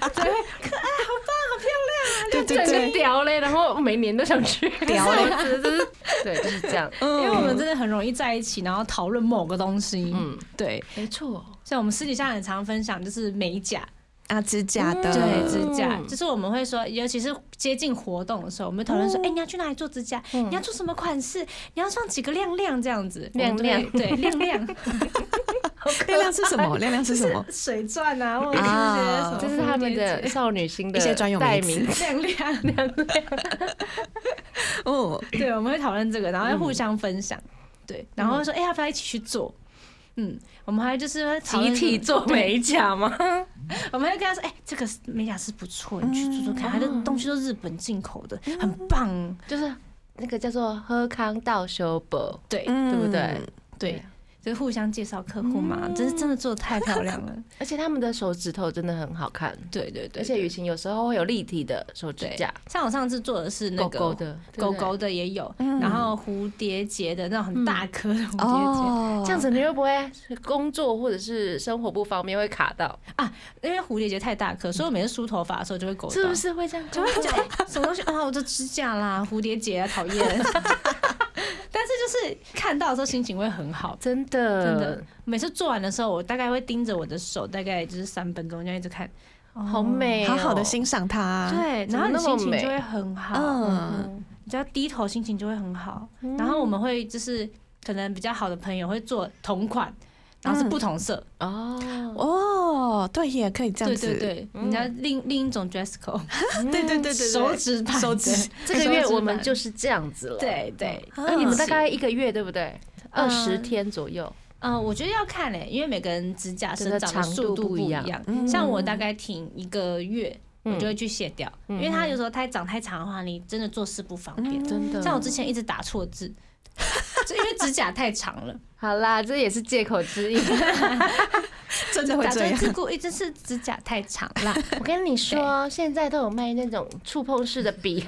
Speaker 5: 对对
Speaker 2: 整个
Speaker 5: 对，
Speaker 2: 屌嘞，然后每年都想去屌嘞，就是 对，就是这样，
Speaker 3: 因为我们真的很容易在一起，然后讨论某个东西。嗯，
Speaker 2: 嗯，
Speaker 3: 对，
Speaker 2: 没错，
Speaker 3: 像我们私底下很常分享，就是美甲，
Speaker 5: 啊，指甲的，
Speaker 3: 对指甲，
Speaker 2: 嗯
Speaker 3: 就是我们会说，尤其是接近活动的时候，我们讨
Speaker 2: 嗯
Speaker 3: 论说，哎，你要去哪里做指甲？你要做什么款式？你要上几个亮亮这样子，
Speaker 2: 亮
Speaker 3: 我们都会对亮亮
Speaker 5: 亮亮是什么？亮亮是什么？
Speaker 3: 水钻啊，或者是
Speaker 5: 啊
Speaker 3: 一些什么
Speaker 2: 这是他们
Speaker 3: 蝴
Speaker 2: 的
Speaker 3: 蝶结
Speaker 2: 少女心的
Speaker 5: 一些专有
Speaker 2: 代
Speaker 5: 名词
Speaker 2: 名词，
Speaker 3: 亮亮亮亮，
Speaker 5: 哦，
Speaker 3: 对，我们会讨论这个，然后
Speaker 2: 嗯
Speaker 3: 会互相分享，对，然后会说，哎，要不要一起去做？嗯，我们还就是会讨
Speaker 2: 集
Speaker 3: 论
Speaker 2: 体做美甲吗？
Speaker 3: 我们会跟他说：“哎、这个是美甲师不错，你去做做
Speaker 2: 嗯
Speaker 3: 看，他的东西都日本进口的，很棒。
Speaker 2: 就是那个叫做喝康道修博，”
Speaker 3: 对
Speaker 5: 嗯
Speaker 2: 对不对？啊嗯
Speaker 3: 对，就是互相介绍客户嘛，真是真的做的太漂 亮了。
Speaker 2: 而且他们的手指头真的很好看，
Speaker 3: 对对对，
Speaker 2: 而且雨晴有时候会有立体的手指
Speaker 3: 对
Speaker 2: 甲，，
Speaker 3: 像我上次做的是那
Speaker 2: 狗
Speaker 3: 个
Speaker 2: 狗。的，对不
Speaker 3: 狗
Speaker 2: 对嗯
Speaker 3: 狗的也有，然后蝴蝶结的那种很大颗的蝴蝶结，
Speaker 5: 哦，
Speaker 2: 这样子你会不会工作或者是生活不方便会卡到？
Speaker 3: 因为蝴蝶结太大颗，所以我每次梳头发的时候就会狗
Speaker 2: 是不是会这样？
Speaker 3: 就会讲 哎什么东西啊，我的指甲啦，蝴蝶结啊，讨厌。 但是就是看到的时候心情会很好，
Speaker 2: 真的，
Speaker 3: 真的，每次做完的时候，我大概会盯着我的手，大概就是三分钟，这样一直看。
Speaker 2: 好美、哦
Speaker 5: 好好的，欣赏它。
Speaker 3: 对，
Speaker 2: 怎
Speaker 3: 然后
Speaker 2: 么
Speaker 3: 你
Speaker 2: 那么
Speaker 3: 心情
Speaker 2: 美
Speaker 3: 就会很好，
Speaker 5: 嗯，
Speaker 3: 你只要低头，心情就会很好。然后我们会就是可能比较好的朋友会做同款，然后是不同色，
Speaker 2: 哦，
Speaker 5: 哦，对耶，可以这样
Speaker 3: 对
Speaker 5: 子。
Speaker 3: 对对，人家另另一种 dress code，
Speaker 5: 对对对对，
Speaker 3: 手指版的，
Speaker 5: 手指
Speaker 2: 这个月
Speaker 3: 手指版
Speaker 2: 我们就是这样子了。，
Speaker 3: 对对，
Speaker 2: 那啊你们大概一个月对不对？二
Speaker 3: 嗯
Speaker 2: 十天左右，
Speaker 3: 嗯，我觉得要看嘞、因为每个人指甲
Speaker 2: 对
Speaker 3: 生
Speaker 2: 它
Speaker 3: 长的
Speaker 2: 长
Speaker 3: 速
Speaker 2: 度
Speaker 3: 度
Speaker 2: 不
Speaker 3: 不
Speaker 2: 一
Speaker 3: 一
Speaker 2: 样嗯
Speaker 3: 样，像我大概停一个月，我就会去卸掉，
Speaker 2: 嗯
Speaker 3: 因为它有时候太长太长的话，你真的做事不方便。
Speaker 2: 真的。
Speaker 3: 像我之前一直打错 字，就因为指甲太长了，
Speaker 2: 好啦，这也是借口之一。
Speaker 5: 真的会
Speaker 3: 打
Speaker 5: 这
Speaker 3: 错
Speaker 5: 样。
Speaker 3: 字故一直是指甲太长 啦。
Speaker 2: 我跟你说，现在都有卖那种触碰式的笔，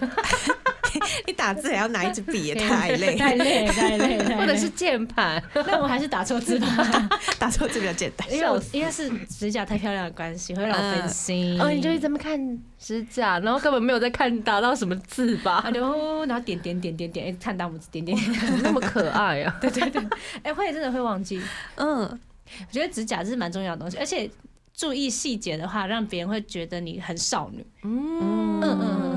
Speaker 5: 你打字还要拿一支 笔，也太累。
Speaker 3: 太累，太累，太累
Speaker 2: 或者是键盘。
Speaker 3: 那我还是打错字吧，
Speaker 5: 打错字比较简单。
Speaker 3: 因为我因为是指甲太漂亮的关系，会让我分心。
Speaker 2: 哦，你就一直在那边看指甲，然后根本没有在看打到什么字吧
Speaker 3: 啊，？然后然后点点点点点，一直看大拇指点 点点，
Speaker 2: 怎么那么可爱啊？
Speaker 3: 对对对，哎，会真的会忘记。
Speaker 5: 嗯，
Speaker 3: 我觉得指甲是蛮重要的东西，而且注意细节的话，让别人会觉得你很少女。嗯嗯嗯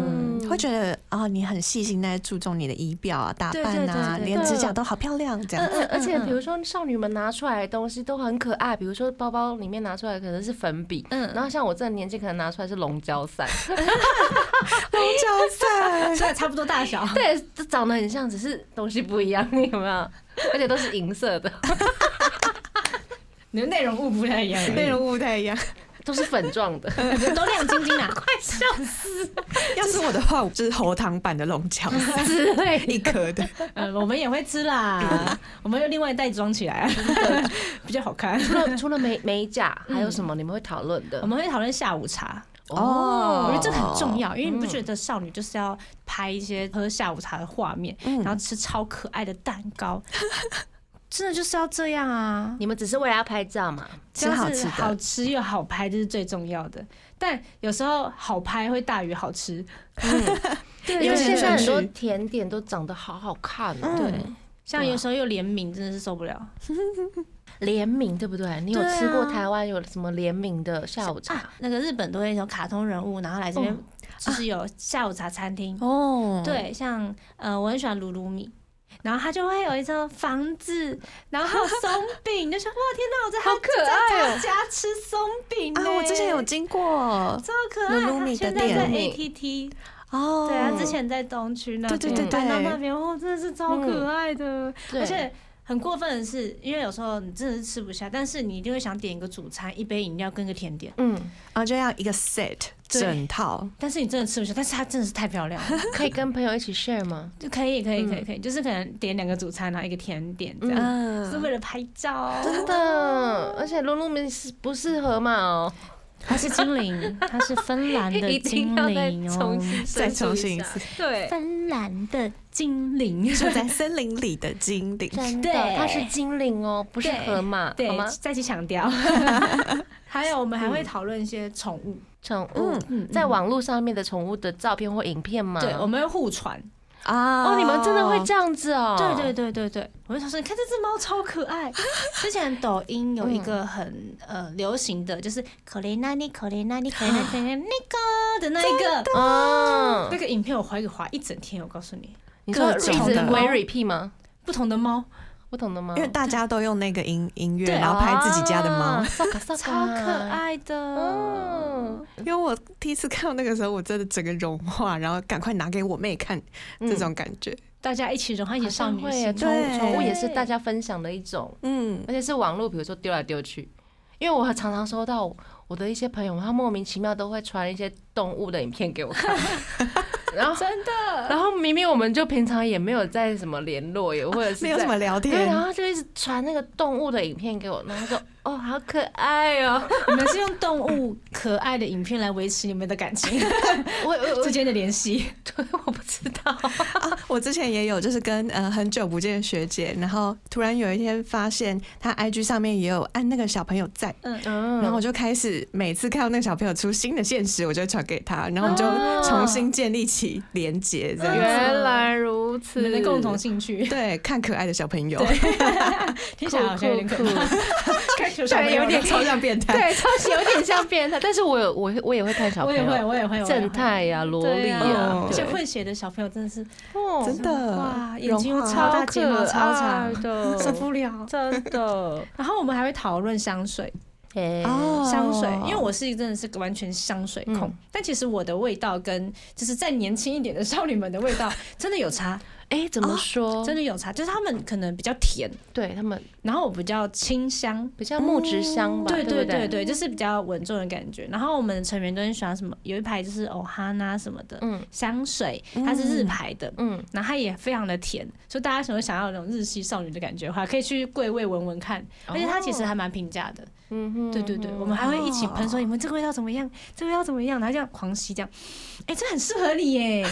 Speaker 5: 会觉得啊、你很细心在注重你的仪表啊、打
Speaker 3: 对
Speaker 5: 扮
Speaker 3: 对
Speaker 5: 啊，
Speaker 3: 对对
Speaker 5: 连
Speaker 2: 对
Speaker 5: 指甲都好漂亮这样 子。
Speaker 2: 嗯，而且比如说少女们拿出来的东西都很可爱，比如说包包里面拿出来可能是粉笔，
Speaker 3: 嗯
Speaker 2: 然后像我这个年纪可能拿出来是龙角散，
Speaker 5: 交 赛
Speaker 3: 嗯，虽然差不多大小，
Speaker 2: 对，都长得很像，只是东西不一样，你有没有？而且都是银色的，
Speaker 3: 你的内容物不太一样，
Speaker 5: 内容物不太一样。
Speaker 2: 都是粉状的，
Speaker 3: 都亮晶晶啊！
Speaker 5: 要是我的话，我就是喉糖版的龙角散
Speaker 2: 之类的。
Speaker 5: 一 颗的。
Speaker 3: 呃，我们也会吃 啦，我们用另外一袋装起来啊， 比较好看。
Speaker 2: 除了除了美美甲，还有什么你们会讨论的
Speaker 3: 我？们会讨论下午茶，我
Speaker 5: 哦
Speaker 3: 觉得这个很重要，因为你不觉得少女就是要拍一些喝下午茶的画面，然后吃超可爱的蛋糕，真的就是要这样啊！
Speaker 2: 你们只是为了要拍照嘛？
Speaker 5: 吃好吃
Speaker 3: 就是
Speaker 5: 的
Speaker 3: 好吃又好拍，这是最重要的。但有时候好拍会大于好吃，
Speaker 2: 因为
Speaker 5: 对
Speaker 2: 现
Speaker 5: 对
Speaker 2: 在很多
Speaker 5: 对
Speaker 2: 甜点都长得好好看
Speaker 5: 嗯
Speaker 2: 哦，
Speaker 3: 对。
Speaker 5: 啊
Speaker 3: 像有时候又联名，真的是受不了。
Speaker 2: 联名对不对？你有
Speaker 3: 对啊啊
Speaker 2: 吃过台湾有什么联名的下午茶？
Speaker 5: 啊
Speaker 3: 那个日本都会有卡通人物，然后来这边就是有下午茶餐厅。
Speaker 5: 哦，
Speaker 3: 对，像呃，我很喜欢鲁鲁米。然后他就会有一张房子，然后还有松饼，就说哇天哪，我在
Speaker 2: 好可爱哦
Speaker 3: 他家吃松饼
Speaker 5: 啊，
Speaker 3: 呢
Speaker 5: 我之前有经过，
Speaker 3: 超可爱，他
Speaker 5: Lulumi 的
Speaker 3: 现在在
Speaker 5: 店
Speaker 3: ATT，
Speaker 5: 哦，
Speaker 3: 对啊他之前在东区那边，
Speaker 5: 对对对对
Speaker 3: 搬到那边，哦，真的是超可爱的，
Speaker 2: 对
Speaker 3: 而且。很过分的是，因为有时候你真的是吃不下，但是你一定会想点一个主餐，一杯饮料跟个甜点。
Speaker 2: 嗯，
Speaker 5: 啊就要一个 set
Speaker 3: 对
Speaker 5: 整套，
Speaker 3: 但是你真的吃不下，但是它真的是太漂亮 了，
Speaker 2: 可以跟朋友一起 share 吗？
Speaker 3: 就可以可以可以可以，就是可能点两个主餐，然后一个甜点这样，是
Speaker 5: 嗯，
Speaker 3: 为了拍照。
Speaker 2: 真的，而且露露没是不适合嘛哦，
Speaker 3: 它是精 灵，它是芬 兰
Speaker 2: 一
Speaker 3: 的
Speaker 2: 定
Speaker 3: 精
Speaker 2: 要再
Speaker 3: 灵哦
Speaker 2: 重，新
Speaker 5: 再
Speaker 2: 申
Speaker 5: 重
Speaker 2: 述
Speaker 5: 新一
Speaker 2: 下
Speaker 5: 次，
Speaker 3: 对，
Speaker 6: 芬兰的
Speaker 3: 精 灵。
Speaker 5: 住在森林里的精 灵，
Speaker 6: 真的，
Speaker 3: 对
Speaker 6: 它是精灵哦，不是
Speaker 3: 对
Speaker 6: 河马，
Speaker 3: 对
Speaker 6: 好吗？，
Speaker 3: 再去强 调。还有，我们还会讨论一些宠物，
Speaker 2: 宠物
Speaker 3: 嗯，
Speaker 2: 在网络上面的宠物的照片或影片吗？
Speaker 3: 对，我们会互传。
Speaker 5: 啊
Speaker 2: 哦，你们真的会这样子哦？
Speaker 3: 对对对对对，我就想说，你看这只猫超可 爱。之前抖音有一个很呃流行的，就是可怜那你可怜那你可怜那可怜那个的那一个
Speaker 2: 对，哦
Speaker 3: 那，个影片，我怀给划一整天，我告诉你，
Speaker 2: 你说
Speaker 5: 各
Speaker 2: 一
Speaker 5: 种
Speaker 2: 直
Speaker 5: 的
Speaker 2: 回 repeat 吗？
Speaker 3: 不同的猫
Speaker 2: 不同的吗？
Speaker 5: 啊因为大家都用那个音音乐，
Speaker 3: 对哦
Speaker 5: 然后拍自己家的猫
Speaker 2: 啊。，so ka- so ka
Speaker 3: 超可。爱哦的。
Speaker 2: 嗯
Speaker 5: 因为我第一次看到那个时候，我真的整个融化，然后赶快拿给我妹看，这种感觉。
Speaker 3: 大家一起融化，一起
Speaker 2: 上
Speaker 3: 上
Speaker 2: 会
Speaker 3: 女
Speaker 2: 耶
Speaker 3: 性，
Speaker 2: 宠物
Speaker 5: 对
Speaker 2: 宠物也是大家分享的一种，
Speaker 5: 嗯，
Speaker 2: 而且是网络，比如说丢来丢去。因为我常常收到我的一些朋友，他莫名其妙都会传一些动物的影片给我看， 然后
Speaker 3: 真的。
Speaker 2: 然后明明我们就平常也没有在什么联络，也或者是
Speaker 5: 没有
Speaker 2: 在
Speaker 5: 什么聊
Speaker 2: 对，然
Speaker 5: 天，
Speaker 2: 后就一直传那个动物的影片给我，然后说哦好可爱 哦，
Speaker 3: 你们是用动物可爱的影片来维持你们的感 情
Speaker 2: 我我我
Speaker 3: 之间的联系。
Speaker 2: 我不知道，
Speaker 5: 我之前也有，就是跟呃很久不见的学姐，然后突然有一天发现她 IG 上面也有按那个小朋友在，
Speaker 2: 嗯
Speaker 5: 然后我就开始每次看到那个小朋友出新的现实，我就会传给她，然后我们就重新建立起连结，这样
Speaker 2: 原来如此，
Speaker 3: 你们的共同兴趣，
Speaker 5: 对，看可爱的小朋友，
Speaker 3: 听起来好像有点可怕， 开始
Speaker 2: 对有点
Speaker 5: 超像变态。
Speaker 2: 对，超级有点像变态，但是我有我会我也会看小
Speaker 3: 我
Speaker 2: 朋
Speaker 3: 也
Speaker 2: 友，
Speaker 3: 会，我也会
Speaker 2: 正太呀、萝莉
Speaker 3: 呀，对
Speaker 2: 呀
Speaker 3: 啊，而且混血的小朋友真的是
Speaker 2: 哦
Speaker 5: 真的
Speaker 3: 哇，眼
Speaker 5: 呃融
Speaker 3: 睛又
Speaker 5: 化
Speaker 3: 超大，睫毛超长，
Speaker 2: 的，
Speaker 3: 受不了。
Speaker 2: 真 的。
Speaker 3: 然后我们还会讨论香水，
Speaker 2: 哎，
Speaker 5: 哦
Speaker 3: 香水，因为我是真的是个完全香水控
Speaker 2: 嗯，
Speaker 3: 但其实我的味道跟就是再年轻一点的少女们的味道真的有差，
Speaker 2: 哎，怎么说？
Speaker 3: 哦真的有差，就是他们可能比较甜，
Speaker 2: 对他们
Speaker 3: 然后我比较清香，
Speaker 2: 比较木质香吧，
Speaker 3: 哦对
Speaker 2: 对
Speaker 3: 对
Speaker 2: 不
Speaker 3: 对，对，就是比较稳重的感觉。然后我们的成员都很喜欢什么，有一排就是哦哈娜什么的
Speaker 2: 嗯
Speaker 3: 香水，它是日牌的，
Speaker 2: 嗯，
Speaker 3: 然后它也非常的甜，所以大家想想要有那种日系少女的感觉的话，可以去柜位闻闻看。而且它其实还蛮平价的，
Speaker 2: 哦嗯哼，
Speaker 3: 对对对，我们还会一起喷说你们这个味道怎么样，这个味道怎么样，然后这样狂吸这样，哎，这很适合你耶。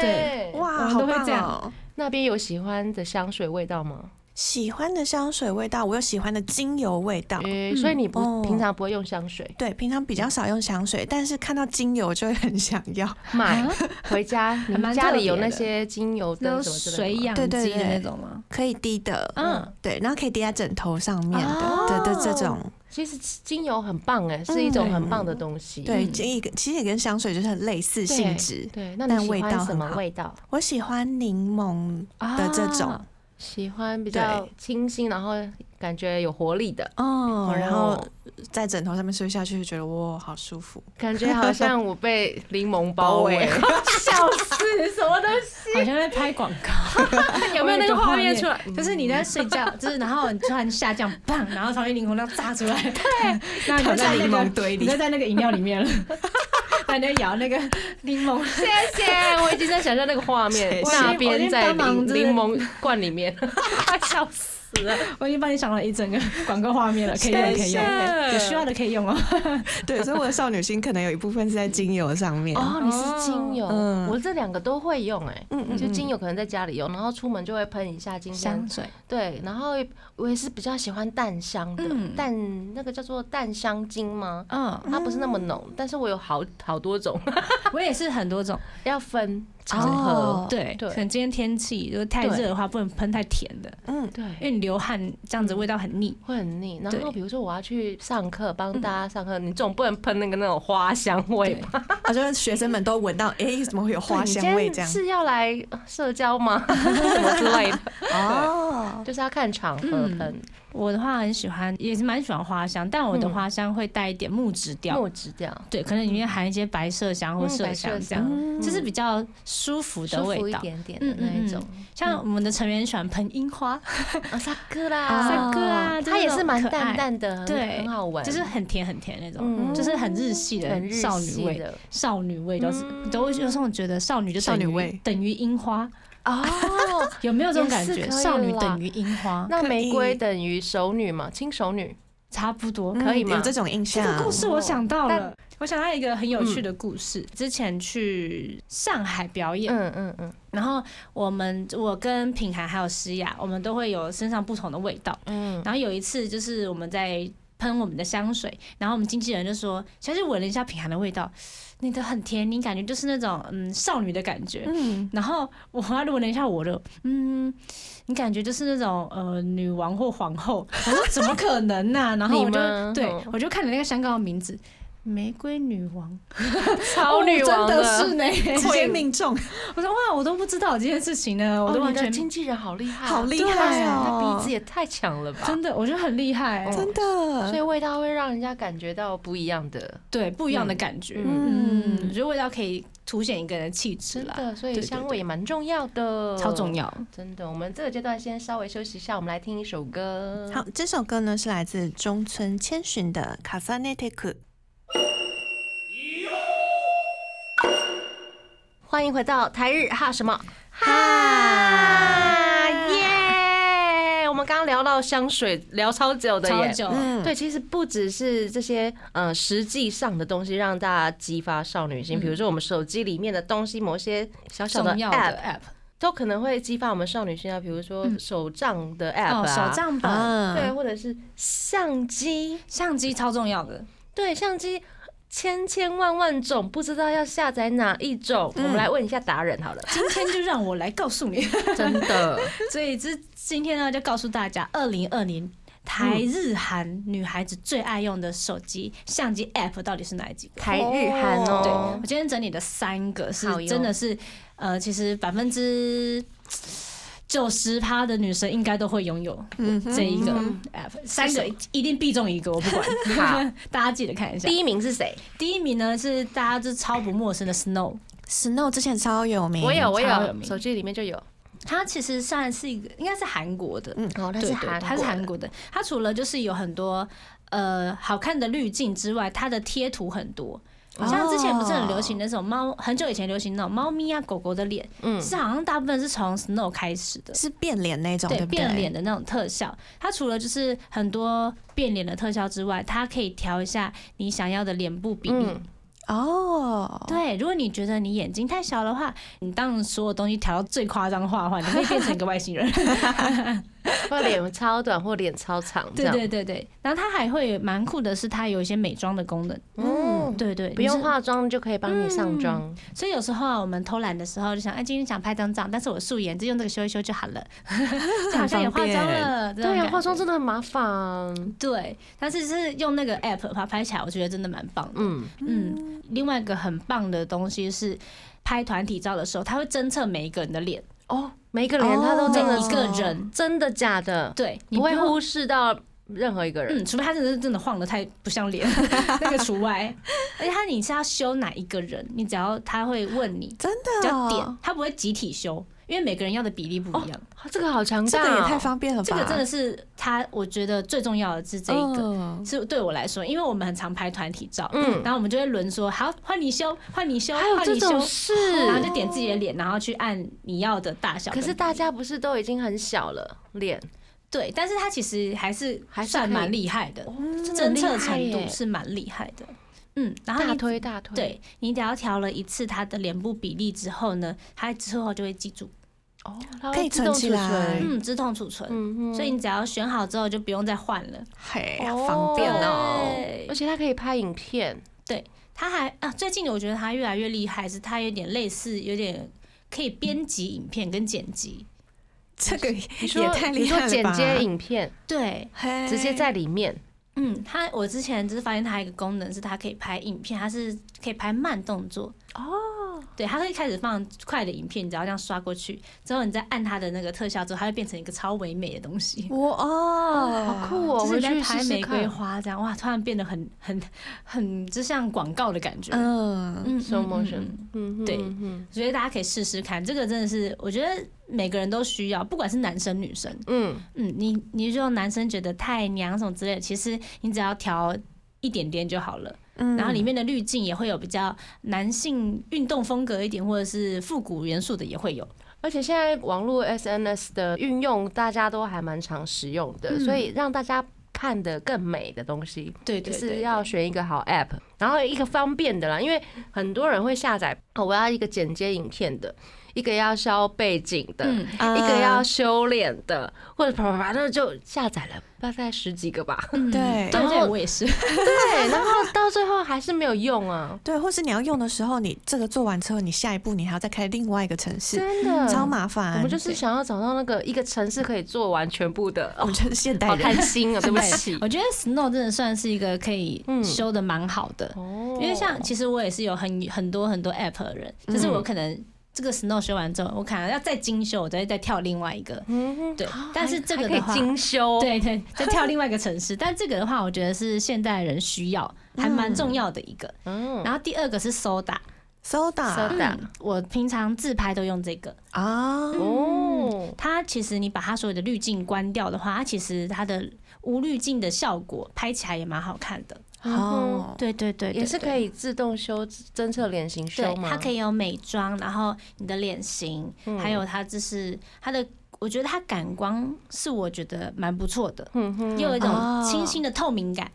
Speaker 2: 对哇，
Speaker 5: 哇，
Speaker 3: 我们
Speaker 5: 好
Speaker 3: 都会
Speaker 5: 棒
Speaker 3: 这样
Speaker 5: 哦！
Speaker 2: 那边有喜欢的香水味道吗？
Speaker 5: 喜欢的香水味道，我有喜欢的精油味道。
Speaker 2: 诶，所以你不
Speaker 5: 啊哦
Speaker 2: 平常不会用香水，
Speaker 5: 对，平常比较少用香水，但是看到精油就会很想要。啊
Speaker 2: 买回家，你
Speaker 3: 还蛮
Speaker 2: 家
Speaker 3: 特
Speaker 2: 里有
Speaker 3: 别
Speaker 2: 那
Speaker 3: 的
Speaker 2: 些精油
Speaker 3: 那
Speaker 2: 灯什
Speaker 3: 种
Speaker 2: 么之
Speaker 3: 水
Speaker 2: 类的吗。
Speaker 3: 养
Speaker 5: 对对
Speaker 3: 鸡的
Speaker 5: 对
Speaker 3: 那种吗？
Speaker 5: 可以滴的，
Speaker 3: 嗯
Speaker 5: 嗯，对，然后可以滴在枕头上面
Speaker 2: 哦
Speaker 5: 的，对对，这种，
Speaker 2: 其实精油很棒哎，是一种很棒的东西。
Speaker 5: 嗯对，这一个其实也跟香水就是很类似
Speaker 2: 嗯对
Speaker 5: 性质。
Speaker 2: 对，那
Speaker 5: 但
Speaker 2: 你喜
Speaker 5: 味道
Speaker 2: 欢什
Speaker 5: 很
Speaker 2: 么
Speaker 5: 好
Speaker 2: 味道
Speaker 5: 我喜欢柠檬的这种
Speaker 2: 啊，喜欢比较
Speaker 5: 对
Speaker 2: 清新，然后感觉有活力的，
Speaker 5: 哦
Speaker 2: 哦，
Speaker 5: 然后在枕头上面睡下去，就觉得哇，好舒服。
Speaker 2: 感觉好像我被柠檬 包围，
Speaker 3: 笑死！
Speaker 2: 什么东西？
Speaker 3: 好像在拍广告，
Speaker 2: 有没有那个画面出来？
Speaker 3: 就是你在睡觉，就是然后你突然下降，砰，然后旁边柠檬料炸出来，对， 那你就在那
Speaker 5: 躺在柠
Speaker 3: 个
Speaker 5: 檬堆里
Speaker 3: 你就在那个饮料里面了，那你就咬那个柠檬，
Speaker 2: 谢谢，我已经在想象那个画面，
Speaker 5: 谢
Speaker 3: 谢
Speaker 2: 那边在
Speaker 3: 我已经帮忙
Speaker 2: 柠
Speaker 3: 就是
Speaker 2: 柠檬罐里面，笑死了。
Speaker 3: 我已经帮你想了一整个广告画面了，可以用，可以用，
Speaker 2: 谢谢
Speaker 3: 有需要的可以用哦。
Speaker 5: 对，所以我的少女心可能有一部分是在精油上 面。
Speaker 2: 哦，你是精油，
Speaker 5: 嗯
Speaker 2: 我这两个都会用哎、
Speaker 5: 嗯嗯
Speaker 2: 就精油可能在家里用，然后出门就会喷一下精香
Speaker 3: 水，
Speaker 2: 对，然后我也是比较喜欢淡香的，
Speaker 3: 嗯
Speaker 2: 淡那个叫做淡香精吗？
Speaker 3: 嗯，
Speaker 2: 它不是那么浓，但是我有好好多种，
Speaker 3: 我也是很多种，
Speaker 2: 要分场合。
Speaker 5: 哦
Speaker 3: 对，
Speaker 2: 对
Speaker 3: 可能今天天气如果太热的话，不能喷太甜的，
Speaker 5: 嗯，
Speaker 3: 因为
Speaker 2: 对，
Speaker 3: 你流汗这样子味道很腻。
Speaker 2: 会很腻。然后
Speaker 3: 对嗯
Speaker 2: 比如说我要去上课，帮大家上课，你总不能喷那个那种花香味
Speaker 3: 对
Speaker 2: 吧？
Speaker 5: 我觉得啊学生们都闻到，哎，怎么会有 花
Speaker 2: 对
Speaker 5: 香味
Speaker 2: 你今
Speaker 5: 这
Speaker 2: 天
Speaker 5: 样？
Speaker 2: 是要来 社交吗？什么之类的，
Speaker 5: 哦，
Speaker 2: 就是要看场合
Speaker 3: 嗯
Speaker 2: 喷。
Speaker 3: 我的话很喜欢，也是蛮喜欢花香，但我的花香会带一点木质调，
Speaker 2: 嗯木质调，
Speaker 3: 对，可能里面含一些白麝香或
Speaker 2: 嗯白
Speaker 3: 麝香
Speaker 2: 麝
Speaker 3: 这样，
Speaker 2: 香
Speaker 3: 就是比较舒服的
Speaker 2: 舒服
Speaker 3: 味
Speaker 2: 一
Speaker 3: 道。嗯
Speaker 2: 点嗯点的那一种，
Speaker 3: 像我们的成员喜欢喷樱花，
Speaker 2: 啊，萨克啦，
Speaker 3: 萨克啊就是
Speaker 2: 它也
Speaker 3: 那
Speaker 2: 是
Speaker 3: 种
Speaker 2: 蛮
Speaker 3: 可爱
Speaker 2: 淡淡的，很
Speaker 3: 对
Speaker 2: 很好闻，
Speaker 3: 就是很甜很甜那种，
Speaker 2: 嗯
Speaker 3: 就是很日系的
Speaker 2: 很日
Speaker 3: 少女
Speaker 2: 系
Speaker 3: 味。
Speaker 2: 的
Speaker 3: 少女味都是，
Speaker 2: 嗯
Speaker 3: 都有时候觉得少女就
Speaker 5: 少
Speaker 3: 等
Speaker 5: 女
Speaker 3: 于
Speaker 5: 味
Speaker 3: 等于樱花，
Speaker 2: 哦。
Speaker 3: 有没有这种感
Speaker 2: 也
Speaker 3: 觉？
Speaker 2: 是可以
Speaker 3: 少女
Speaker 2: 啦
Speaker 3: 等于樱花，
Speaker 2: 那
Speaker 5: 可
Speaker 2: 玫
Speaker 5: 以
Speaker 2: 瑰等于熟女嘛，轻熟女，
Speaker 3: 差不多。
Speaker 5: 嗯
Speaker 2: 可以吗
Speaker 5: 有这种印
Speaker 3: 这
Speaker 5: 象
Speaker 3: 个故事我想到
Speaker 2: 啊但嗯
Speaker 3: 了，我想到一个很有趣的故事。之前去上海表演，
Speaker 2: 嗯嗯嗯
Speaker 3: 然后我们我跟品涵还有诗雅，我们都会有身上不同的味道。
Speaker 2: 嗯，
Speaker 3: 然后有一次就是我们在喷我们的香水，然后我们经纪人就说：“小姐闻了一下品涵的味道，你的很甜，你感觉就是那种嗯少女的感觉。”
Speaker 5: 嗯，
Speaker 3: 然后我还闻了一下我的，嗯，你感觉就是那种呃女王或皇后，我说怎么可能呢、然后我
Speaker 2: 你
Speaker 3: 就
Speaker 2: 吗
Speaker 3: 对
Speaker 2: 嗯
Speaker 3: 我就看了那个香港的名字。玫瑰女 王，
Speaker 2: 超女王
Speaker 3: 哦真的是呢，
Speaker 5: 直接命中，
Speaker 3: 我说哇，我都不知道这件事情呢，我
Speaker 2: 哦
Speaker 3: 都
Speaker 2: 你
Speaker 3: 完
Speaker 2: 的
Speaker 3: 全
Speaker 2: 经纪人好厉害啊，
Speaker 5: 好厉害
Speaker 2: 他
Speaker 5: 哦！
Speaker 2: 鼻子也太强了吧，
Speaker 3: 真的，我觉得很厉害，
Speaker 5: 真
Speaker 2: 所以
Speaker 5: 的，
Speaker 2: 味道会让人家感觉到不一样的，
Speaker 3: 对，不一样的感觉，嗯，我
Speaker 5: 嗯，
Speaker 3: 觉得味道可以凸显一个人的气质
Speaker 2: 真
Speaker 3: 啦，
Speaker 2: 的，所
Speaker 3: 对
Speaker 2: 以
Speaker 3: 对
Speaker 2: 香
Speaker 3: 对
Speaker 2: 味也蛮重要的，
Speaker 3: 超重，要。
Speaker 2: 真的。我们这个阶段先稍微休息一下，我们来听一首歌。
Speaker 5: 好，这首歌呢是来自中村千寻的《卡萨内特库》。
Speaker 6: 欢迎回到台日哈什么
Speaker 2: 啊 耶！我们刚刚聊到香水，聊超久的
Speaker 3: 超
Speaker 2: 耶。
Speaker 3: 久，
Speaker 5: 嗯，
Speaker 2: 哦对，其实不只是这些呃实际上的东西让大家激发少女心，比如说我们手机里面的东西，某些小小的
Speaker 3: 重要的
Speaker 2: app
Speaker 3: app，
Speaker 2: 都可能会激发我们少女心啊，比如说
Speaker 3: 嗯
Speaker 2: 手账的
Speaker 3: 哦，
Speaker 2: app 啊，
Speaker 3: 手账嗯本、
Speaker 2: 对，
Speaker 5: 啊，
Speaker 2: 或者是相机，
Speaker 3: 相机超重要的，
Speaker 2: 对，相机千千万万种，不知道要下载哪一种，
Speaker 3: 嗯
Speaker 2: 我们来问一下达人 好了，
Speaker 3: 今天就让我来告 诉你。
Speaker 2: 真的，
Speaker 3: 所以这今天呢，就告诉大家，二零二零台日韩女孩子最爱用的手机相机 App 到底是哪几个？
Speaker 2: 台日韩哦，
Speaker 3: 对我今天整理的三个是
Speaker 2: 好哟
Speaker 3: 真的是，呃，其实百分之九十趴的女生应该都会拥有
Speaker 5: 嗯哼
Speaker 3: 这一个 app，、三个一定必中一个，我不
Speaker 2: 好
Speaker 3: 管， 大家记得看一下。
Speaker 2: 第一名是谁？
Speaker 3: 第一名呢是大家就是超不陌生的 Snow，
Speaker 5: Snow 之前超有名，
Speaker 2: 我有，我
Speaker 3: 超有名
Speaker 2: 哎有，手机里面就有。
Speaker 3: 她其实算是一个应该是韩国的，
Speaker 2: 哦，他
Speaker 3: 对
Speaker 2: 是
Speaker 3: 对，
Speaker 2: 韩，
Speaker 3: 它是韩，国的。它除了就是有很多呃好看的滤镜之外，它的贴图很多。像之前不是很流行那种猫，很久以前流行那种猫咪啊狗狗的脸，
Speaker 2: 嗯
Speaker 3: 是好像大部分是从 Snow 开始的，
Speaker 5: 是变脸那种，不对？
Speaker 3: 变脸的那种特效。它除了就是很多变脸的特效之外，它可以调一下你想要的脸部比例。
Speaker 2: 嗯，
Speaker 5: 哦，
Speaker 3: 对，如果你觉得你眼睛太小的话，你当所有东西调到最夸张化的话，你会变成一个外星人。
Speaker 2: 或脸超短或脸超长，这
Speaker 3: 对
Speaker 2: 样，
Speaker 3: 对对对，然后它还会蛮酷的是，它有一些美妆的功能。
Speaker 2: 嗯，
Speaker 3: 对对，
Speaker 2: 不
Speaker 3: 你
Speaker 2: 用
Speaker 3: 是。
Speaker 2: 化妆就可以帮你上妆，
Speaker 3: 所以有时候啊，我们偷懒的时候就想，哎，今天想拍张照，但是我素颜就用这个修一修就好了， 就好像也化妆了。这种
Speaker 2: 对呀，啊
Speaker 3: 感
Speaker 2: 化妆真的很麻烦，
Speaker 3: 对，但是是用那个 app 把它拍起来，我觉得真的蛮棒的。
Speaker 2: 嗯，
Speaker 3: 嗯，另外一个很棒的东西是。拍团体照的时候，它会侦测每一个人的脸，
Speaker 2: 哦，每一个脸他都
Speaker 3: 哦每
Speaker 2: 真的
Speaker 3: 一个人，
Speaker 2: 真的假的，
Speaker 3: 对，你
Speaker 2: 哦不会
Speaker 3: 用
Speaker 2: 忽视到任何一个人，
Speaker 3: 嗯，除非他真的是真的晃的太不像脸，那个除外。而且他你是要修哪一个人，你只要他会问你，
Speaker 5: 真
Speaker 3: 只
Speaker 5: 的
Speaker 3: 要
Speaker 5: 哦，
Speaker 3: 点，他不会集体修，因为每个人要的比例不一样。
Speaker 2: 啊这个好强
Speaker 5: 这
Speaker 2: 大，
Speaker 5: 个也太，方便了吧？
Speaker 3: 这个真的是他，我觉得最重要的是这一个，
Speaker 5: 嗯
Speaker 3: 是对我来说，因为我们很常拍团体照，
Speaker 2: 嗯，
Speaker 3: 然后我们就会轮说，好，换你修，换你修，
Speaker 2: 还有
Speaker 3: 换
Speaker 2: 这
Speaker 3: 你
Speaker 2: 种
Speaker 3: 修。
Speaker 2: 事，
Speaker 3: 然后就点自己的脸，然后去按你要的大小
Speaker 2: 可
Speaker 3: 跟比例。
Speaker 2: 是大家不是都已经很小了，脸
Speaker 3: 对，但是他其实还是
Speaker 2: 还是
Speaker 3: 算
Speaker 2: 可以哦
Speaker 3: 蛮厉害的，
Speaker 2: 的很
Speaker 3: 侦
Speaker 2: 厉
Speaker 3: 测
Speaker 2: 害
Speaker 3: 程度
Speaker 2: 耶
Speaker 3: 是蛮厉害的。嗯，然后
Speaker 2: 大
Speaker 3: 你
Speaker 2: 推大推，，
Speaker 3: 对你只要调了一次他的脸部比例之后呢，他之后就会记住，
Speaker 2: 哦，它会
Speaker 5: 可以
Speaker 2: 自动
Speaker 5: 存起
Speaker 2: 储
Speaker 5: 来
Speaker 2: 存
Speaker 3: 嗯，自动储存。
Speaker 2: 嗯嗯
Speaker 3: 所以你只要选好之后就不用再换了。
Speaker 5: 嘿，
Speaker 2: 哦
Speaker 5: 方便哦，
Speaker 3: 对
Speaker 2: 而且它可以拍影片，
Speaker 3: 他还啊，最近我觉得他越来越厉害，是他有点类似，有点可以编辑影片跟剪辑。
Speaker 5: 这个
Speaker 2: 你说
Speaker 5: 哎也太
Speaker 2: 你
Speaker 5: 厉
Speaker 2: 说
Speaker 5: 害了
Speaker 2: 剪
Speaker 5: 吧？
Speaker 2: 接影片，
Speaker 3: 对，
Speaker 5: 嘿
Speaker 2: 直接在里面，
Speaker 3: 嗯，他我之前就是发现他一个功能是它可以拍影片，它是可以拍慢动作。哦，对，它会开始放快的影片，你只要这样刷过去，之后你再按它的那个特效之后，它会变成一个超唯美的东西。
Speaker 5: 哇哦，
Speaker 2: 好酷哦！我
Speaker 3: 就是
Speaker 2: 回
Speaker 3: 你在
Speaker 2: 去
Speaker 3: 拍
Speaker 2: 试试
Speaker 3: 玫瑰
Speaker 2: 看。
Speaker 3: 花这样，哇，突然变得很很很，就像广告的感觉。嗯
Speaker 5: 嗯，
Speaker 3: 嗯
Speaker 2: slow
Speaker 3: 嗯
Speaker 2: motion
Speaker 3: 嗯
Speaker 2: 嗯哼
Speaker 3: 对
Speaker 2: 嗯哼
Speaker 3: 所以大家可以试试看，这个真的是我觉得每个人都需要，不管是男生女生，
Speaker 2: 嗯，
Speaker 3: 嗯，你你就男生觉得太娘什么之类的，其实你只要调一点点就好了。
Speaker 5: 嗯
Speaker 3: 然后里面的滤镜也会有比较男性运动风格一点，或者是复古元素的也会有。
Speaker 2: 而且现在网络 SNS 的运用，大家都还蛮常使用的，
Speaker 3: 嗯
Speaker 2: 所以让大家看得更美的东西，
Speaker 3: 对
Speaker 2: 就
Speaker 3: 对
Speaker 2: 是
Speaker 3: 对，
Speaker 2: 要选一个好 app，然后一个方便的啦，因为很多人会下载，哦，我要一个剪接影片的，一个要消背景的，
Speaker 3: 嗯，
Speaker 5: 啊
Speaker 2: 一个要修脸的，或者啪啪啪，那就下载了大概十几个 吧。
Speaker 3: 嗯
Speaker 5: 对
Speaker 3: 对
Speaker 2: 然
Speaker 3: 对，
Speaker 2: 后
Speaker 3: 我也是。
Speaker 2: 对，然后到最后还是没有用啊，
Speaker 5: 对，或是你要用的时候，你这个做完之后，你下一步你还要再开另外一个城市，
Speaker 2: 真的
Speaker 5: 超。麻烦。
Speaker 2: 我们就是想要找到那个一个城市可以做完全部的，
Speaker 5: 我
Speaker 2: 哦，
Speaker 5: 们就是现 代
Speaker 2: 好
Speaker 5: 人，
Speaker 2: 贪心啊，对不起。
Speaker 3: 我觉得 Snow 真的算是一个可以
Speaker 2: 嗯
Speaker 3: 修的蛮好的，
Speaker 2: 哦嗯
Speaker 3: 因为像其实我也是有很很多很多 app 的人，就是我可能这个 Snow 修完之后，我可能要再精修，我再再跳另外一个，
Speaker 2: 嗯
Speaker 3: 对
Speaker 2: 啊
Speaker 3: 但是这
Speaker 2: 还
Speaker 3: 个的
Speaker 2: 可以
Speaker 3: 话
Speaker 2: 精修，，
Speaker 3: 对对，再跳另外一个城市。但这个的话，我觉得是现代人需要，还蛮重要的一个。
Speaker 2: 嗯，
Speaker 3: 然后第二个是 Soda，
Speaker 5: soda
Speaker 2: 嗯 Soda
Speaker 3: 我平常自拍都用这个。
Speaker 5: 啊，
Speaker 2: 哦，
Speaker 3: 它其实你把它所有的滤镜关掉的话，它其实它的无滤镜的效果拍起来也蛮好看的。
Speaker 2: 嗯
Speaker 5: 哦，
Speaker 3: 对对对
Speaker 2: 也是可
Speaker 3: 以。
Speaker 2: 以自动修侦测脸型修
Speaker 3: 对，
Speaker 2: 吗？
Speaker 3: 它可以有美妆，然后你的脸型，
Speaker 2: 嗯
Speaker 3: 还有它就是它的，我觉得它感光是我觉得蛮不错的，又有一种清新的透明感，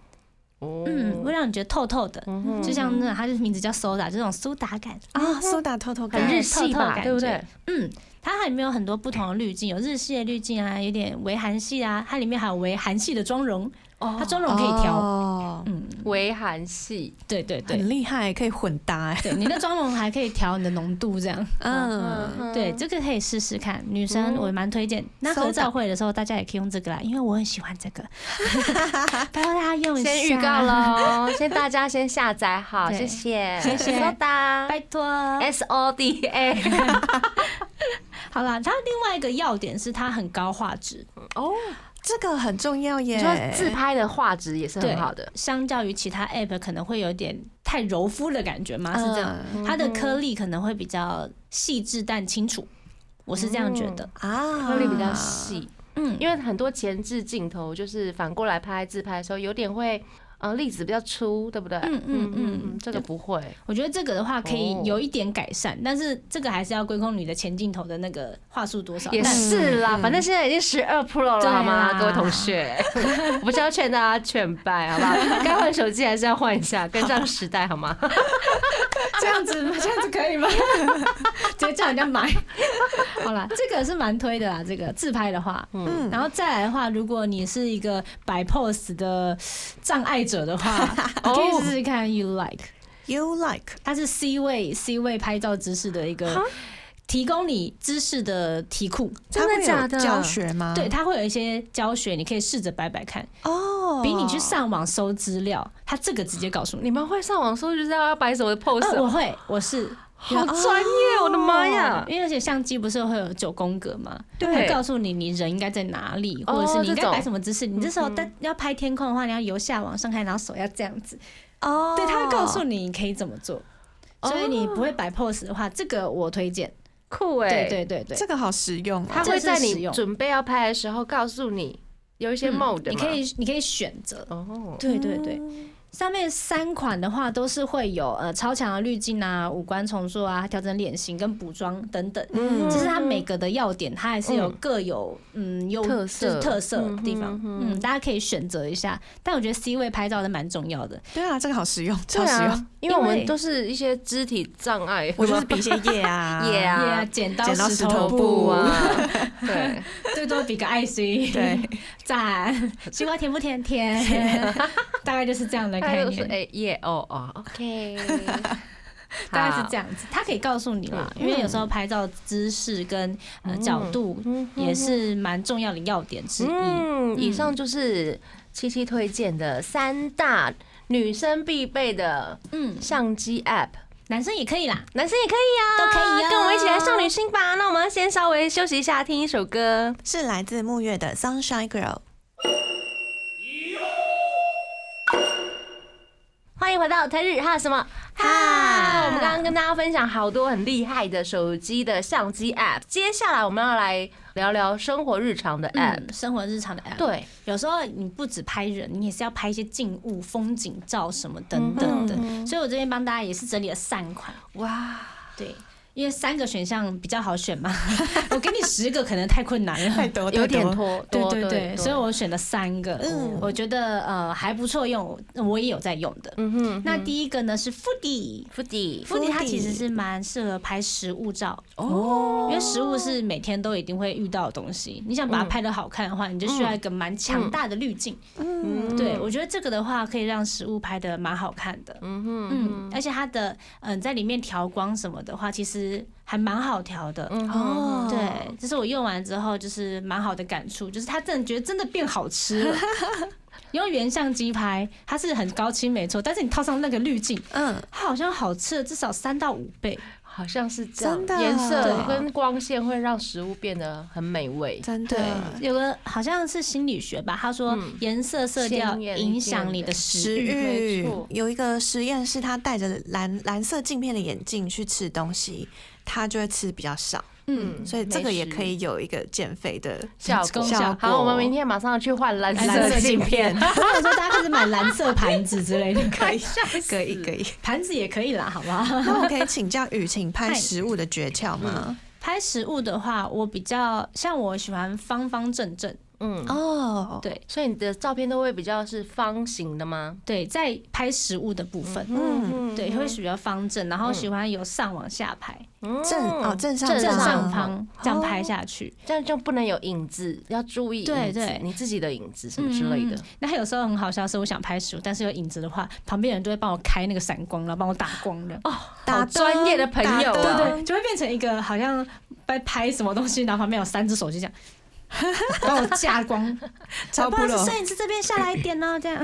Speaker 2: 嗯哦，
Speaker 3: 嗯，会让你觉得透透的，
Speaker 2: 嗯哼
Speaker 3: 就像那种它的名字叫 soda，这种苏打感，
Speaker 5: 啊，soda 透透
Speaker 2: 很
Speaker 5: 感，
Speaker 2: 日系
Speaker 3: 透透
Speaker 2: 吧，
Speaker 3: 感
Speaker 2: 对不对
Speaker 3: 觉？嗯，它还没有很多不同的滤镜，有日系的滤镜啊，有点微韩系啊，它里面还有微韩系的妆容，
Speaker 2: 哦
Speaker 3: 它妆容可以调，
Speaker 5: 调，
Speaker 3: 嗯，
Speaker 2: 微韩系，
Speaker 3: 对对对
Speaker 5: 哦很厉害，可以混搭，哎，
Speaker 3: 对，你的妆容还可以调你的浓度这样，
Speaker 5: 嗯，
Speaker 3: 对，这个可以试试看，女生
Speaker 2: 嗯
Speaker 3: 我蛮推荐。那合照会的时候，大家也可以用这个啦，因为我很喜欢这 个，拜托大家用一下。
Speaker 2: 先预告，喽，先大家先下载好，
Speaker 3: 对
Speaker 2: 谢谢，
Speaker 3: 谢谢
Speaker 2: 收达
Speaker 3: 拜托。
Speaker 2: S O D A，
Speaker 3: 好啦，它另外一个要点是它很高画质，
Speaker 2: 哦，
Speaker 5: 这个很重要
Speaker 2: 你
Speaker 5: 耶
Speaker 2: 说。自拍的画质也是
Speaker 3: 对
Speaker 2: 很好的，
Speaker 3: 相较于其他 app 可能会有点太柔肤的感觉嘛，是这样。
Speaker 5: 嗯
Speaker 3: 它的颗粒可能会比较细致但清楚，我是这样觉得。
Speaker 5: 啊，
Speaker 2: 颗粒比较细，
Speaker 3: 嗯，因为
Speaker 2: 因为很多前置镜头就是反过来拍自拍的时候，有点会呃粒子比较粗，对不对？
Speaker 3: 嗯嗯嗯
Speaker 2: 这个不会
Speaker 3: 我觉得这个的话可以
Speaker 2: 哦
Speaker 3: 有一点改善，但是这个还是要归功你的前镜头的那个话术多少。
Speaker 2: 也
Speaker 3: 但
Speaker 2: 是啦，反正现在已经十二 Pro 了，
Speaker 3: 对啦
Speaker 2: 好吗？各位同学，啊 我不是要劝大家劝败，好 不好？该换手机还是要换一下，跟上时代，好 吗？
Speaker 3: 这样子，这样子可以吗？ 直接叫人家买。好啦，这个是蛮推的啦，这个自拍的话，嗯，然后再来的话，如果你是一个摆 pose 的障碍者的话， 可以试试看 You Like，
Speaker 5: You like
Speaker 3: 它是 C 位 C 位拍照姿势的一个。提供你知识的题库，
Speaker 5: 它会有
Speaker 2: 假的
Speaker 5: 教学吗？
Speaker 3: 对，它会有一些教学，你可以试着摆摆看，
Speaker 5: 哦，
Speaker 3: 比你去上网搜资料，它这个直接告诉你。
Speaker 2: 你们会上网搜就知道要摆什么
Speaker 3: 呃
Speaker 2: pose，
Speaker 3: 我
Speaker 2: 哦
Speaker 3: 会，我是
Speaker 2: 好
Speaker 3: 啊
Speaker 2: 专业，哦我的妈呀！
Speaker 3: 哦因为而且相机不是会有九宫格吗？
Speaker 2: 对
Speaker 3: 会告诉你你人应该在哪里，
Speaker 2: 哦
Speaker 3: 或者是你应
Speaker 2: 这
Speaker 3: 该
Speaker 2: 种嗯
Speaker 3: 摆什么姿势。你这时候但要拍天空的话，你要由下往上看，然后手要这样子。
Speaker 5: 哦，
Speaker 3: 对，他会告诉你你可以怎么做。
Speaker 2: 哦
Speaker 3: 所以你不会摆 pose 的话，这个我推荐。
Speaker 2: 酷哎、
Speaker 3: 对对对对，
Speaker 5: 这个好实用哦
Speaker 2: 它会在
Speaker 3: 这是实
Speaker 2: 你
Speaker 3: 用
Speaker 2: 准备要拍的时候告诉你有一些
Speaker 3: 嗯
Speaker 2: mode，、
Speaker 3: 你可以你可以选择。
Speaker 2: 哦，
Speaker 3: 对对对，上面三款的话都是会有呃超强的滤镜啊、五官重塑啊、调整脸型跟补妆等等。
Speaker 5: 嗯
Speaker 3: 其实它每个的要点，它还是有各有嗯有
Speaker 2: 特
Speaker 3: 就是
Speaker 2: 色
Speaker 3: 特色的地方
Speaker 2: 嗯，
Speaker 3: 嗯，大家可以选择一下。但我觉得 C 位拍照是蛮重要的，
Speaker 5: 对啊，这个好实用，
Speaker 2: 对
Speaker 5: 超实用。
Speaker 2: 啊， 因为我
Speaker 3: 因
Speaker 2: 们
Speaker 3: 为
Speaker 2: 都是一些肢体障碍，
Speaker 5: 我就是比一些耶啊，
Speaker 2: 也啊
Speaker 3: 啊，剪刀
Speaker 5: 剪刀
Speaker 3: 石
Speaker 5: 石
Speaker 3: 头
Speaker 5: 头
Speaker 3: 布
Speaker 5: 布
Speaker 2: 哇
Speaker 3: 啊，，
Speaker 2: 对，
Speaker 3: 最多比个爱心，
Speaker 5: 对，
Speaker 3: 赞。西瓜甜不甜？甜，大概就是这样的
Speaker 2: 他
Speaker 3: 概
Speaker 2: 又是
Speaker 3: 念，
Speaker 2: 哎耶哦哦，OK，
Speaker 3: 大概是这
Speaker 2: 样，
Speaker 3: 样子。它可以告诉你啦，因为有时候拍照姿势跟呃角度
Speaker 6: 嗯
Speaker 3: 也是蛮重要的要点之一。
Speaker 2: 嗯，以上就是七七推荐的三大女生必备的
Speaker 3: 嗯，
Speaker 2: 相机 App。
Speaker 3: 男生也可以啦。
Speaker 6: 男生也可以啊，
Speaker 3: 都可以啊
Speaker 6: 跟我们一起来少女心吧。那我们先稍微休息一下，听一首歌。
Speaker 5: 是来自木月的《Sunshine Girl》。
Speaker 6: 欢迎回到台日哈什么哈？我们刚刚跟大家分享好多很厉害的手机的相机 App，接下来我们要来聊聊生活日常的 App。
Speaker 3: 嗯，生活日常的 app，，
Speaker 6: 对，
Speaker 3: 有时候你不只拍人，你也是要拍一些静物、风景照什么等等
Speaker 6: 嗯
Speaker 3: 的。所以我这边帮大家也是整理了三款，
Speaker 6: 哇，
Speaker 3: 对，因为三个选项比较好选嘛。 我给你十个可能太困难 了。
Speaker 5: 多
Speaker 6: 有点拖，
Speaker 3: 对
Speaker 6: 多
Speaker 3: 对对，所以我选了三个，
Speaker 5: 嗯
Speaker 3: 我觉得呃还不错用，我也有在用的。
Speaker 6: 嗯哼，
Speaker 3: 那第一个呢是 Foodie。
Speaker 6: 腹肌
Speaker 3: Foodie 它其实是蛮适合拍食物照哦，因为食物是每天都一定会遇到的东西。你想把它拍的好看的话，你就需要一个蛮强大的滤镜。嗯，对，我觉得这个的话可以让食物拍的蛮好看的。嗯嗯，而且它的嗯在里面调光什么的话，其实还蛮好调的。
Speaker 5: 哦，
Speaker 3: 嗯对，这是我用完之后就是蛮好的感触，就是它真的觉得真的变好吃了。你用原相机拍，它是很高清没错，但是你套上那个滤镜，
Speaker 5: 嗯，
Speaker 3: 它好像好吃了至少三到五倍。
Speaker 2: 好像是这样
Speaker 5: 真，的
Speaker 2: 颜色
Speaker 5: 对
Speaker 2: 跟光线会让食物变得很美味。
Speaker 5: 真的，
Speaker 3: 有个好像是心理学吧，他说
Speaker 5: 嗯
Speaker 3: 颜色色调
Speaker 2: 鲜艳一点
Speaker 3: 影响你的食
Speaker 5: 食
Speaker 3: 欲。
Speaker 5: 欲
Speaker 2: 没错
Speaker 5: 有一个实验是他戴着蓝蓝色镜片的眼镜去吃东西，他就会吃比较少，
Speaker 3: 嗯，
Speaker 5: 所以这个也可
Speaker 2: 美
Speaker 5: 以有一个减肥的
Speaker 2: 食效
Speaker 3: 功
Speaker 2: 果。
Speaker 3: 效
Speaker 5: 果
Speaker 2: 好，我们明天马上去换蓝
Speaker 3: 蓝色
Speaker 2: 色镜片。
Speaker 3: 我想说大家开始买蓝色盘子之类的，可以，
Speaker 5: 可以可以。
Speaker 3: 盘子也可以啦，好不好？
Speaker 5: 那我可以请教雨晴拍
Speaker 3: 嗨
Speaker 5: 食物的诀窍
Speaker 3: 嗯
Speaker 5: 吗？
Speaker 3: 拍食物的话，我比较像我喜欢方方正正，
Speaker 2: 嗯，
Speaker 5: 哦，
Speaker 3: 对
Speaker 2: 所以你的照片都会比较是方形的吗？
Speaker 3: 对，在拍食物的部分，
Speaker 5: 嗯，
Speaker 3: 对，会比较方正，然后喜欢由上往下拍，
Speaker 5: 正哦正
Speaker 2: 嗯
Speaker 5: 上
Speaker 2: 正
Speaker 3: 正上
Speaker 2: 上哦
Speaker 3: 方这样拍下去。
Speaker 2: 这样就不能有影子，要注意
Speaker 3: 对
Speaker 2: 影子
Speaker 3: 对
Speaker 2: 你自己的影子什么之类的
Speaker 3: 嗯。那有时候很好笑，是我想拍食物，但是有影子的话，旁边人都会帮我开那个闪光，然后帮我打光的。哦，
Speaker 5: 打灯
Speaker 2: 专业的朋友
Speaker 5: 打
Speaker 2: 啊
Speaker 3: 对
Speaker 5: 灯
Speaker 3: 对，就会变成一个好像在拍什么东西，然后旁边有三只手机这样。帮我架 光，
Speaker 5: 超
Speaker 3: 不
Speaker 5: 不
Speaker 3: 好意思，
Speaker 5: 落
Speaker 3: 摄影师这边下来一点哦，这 样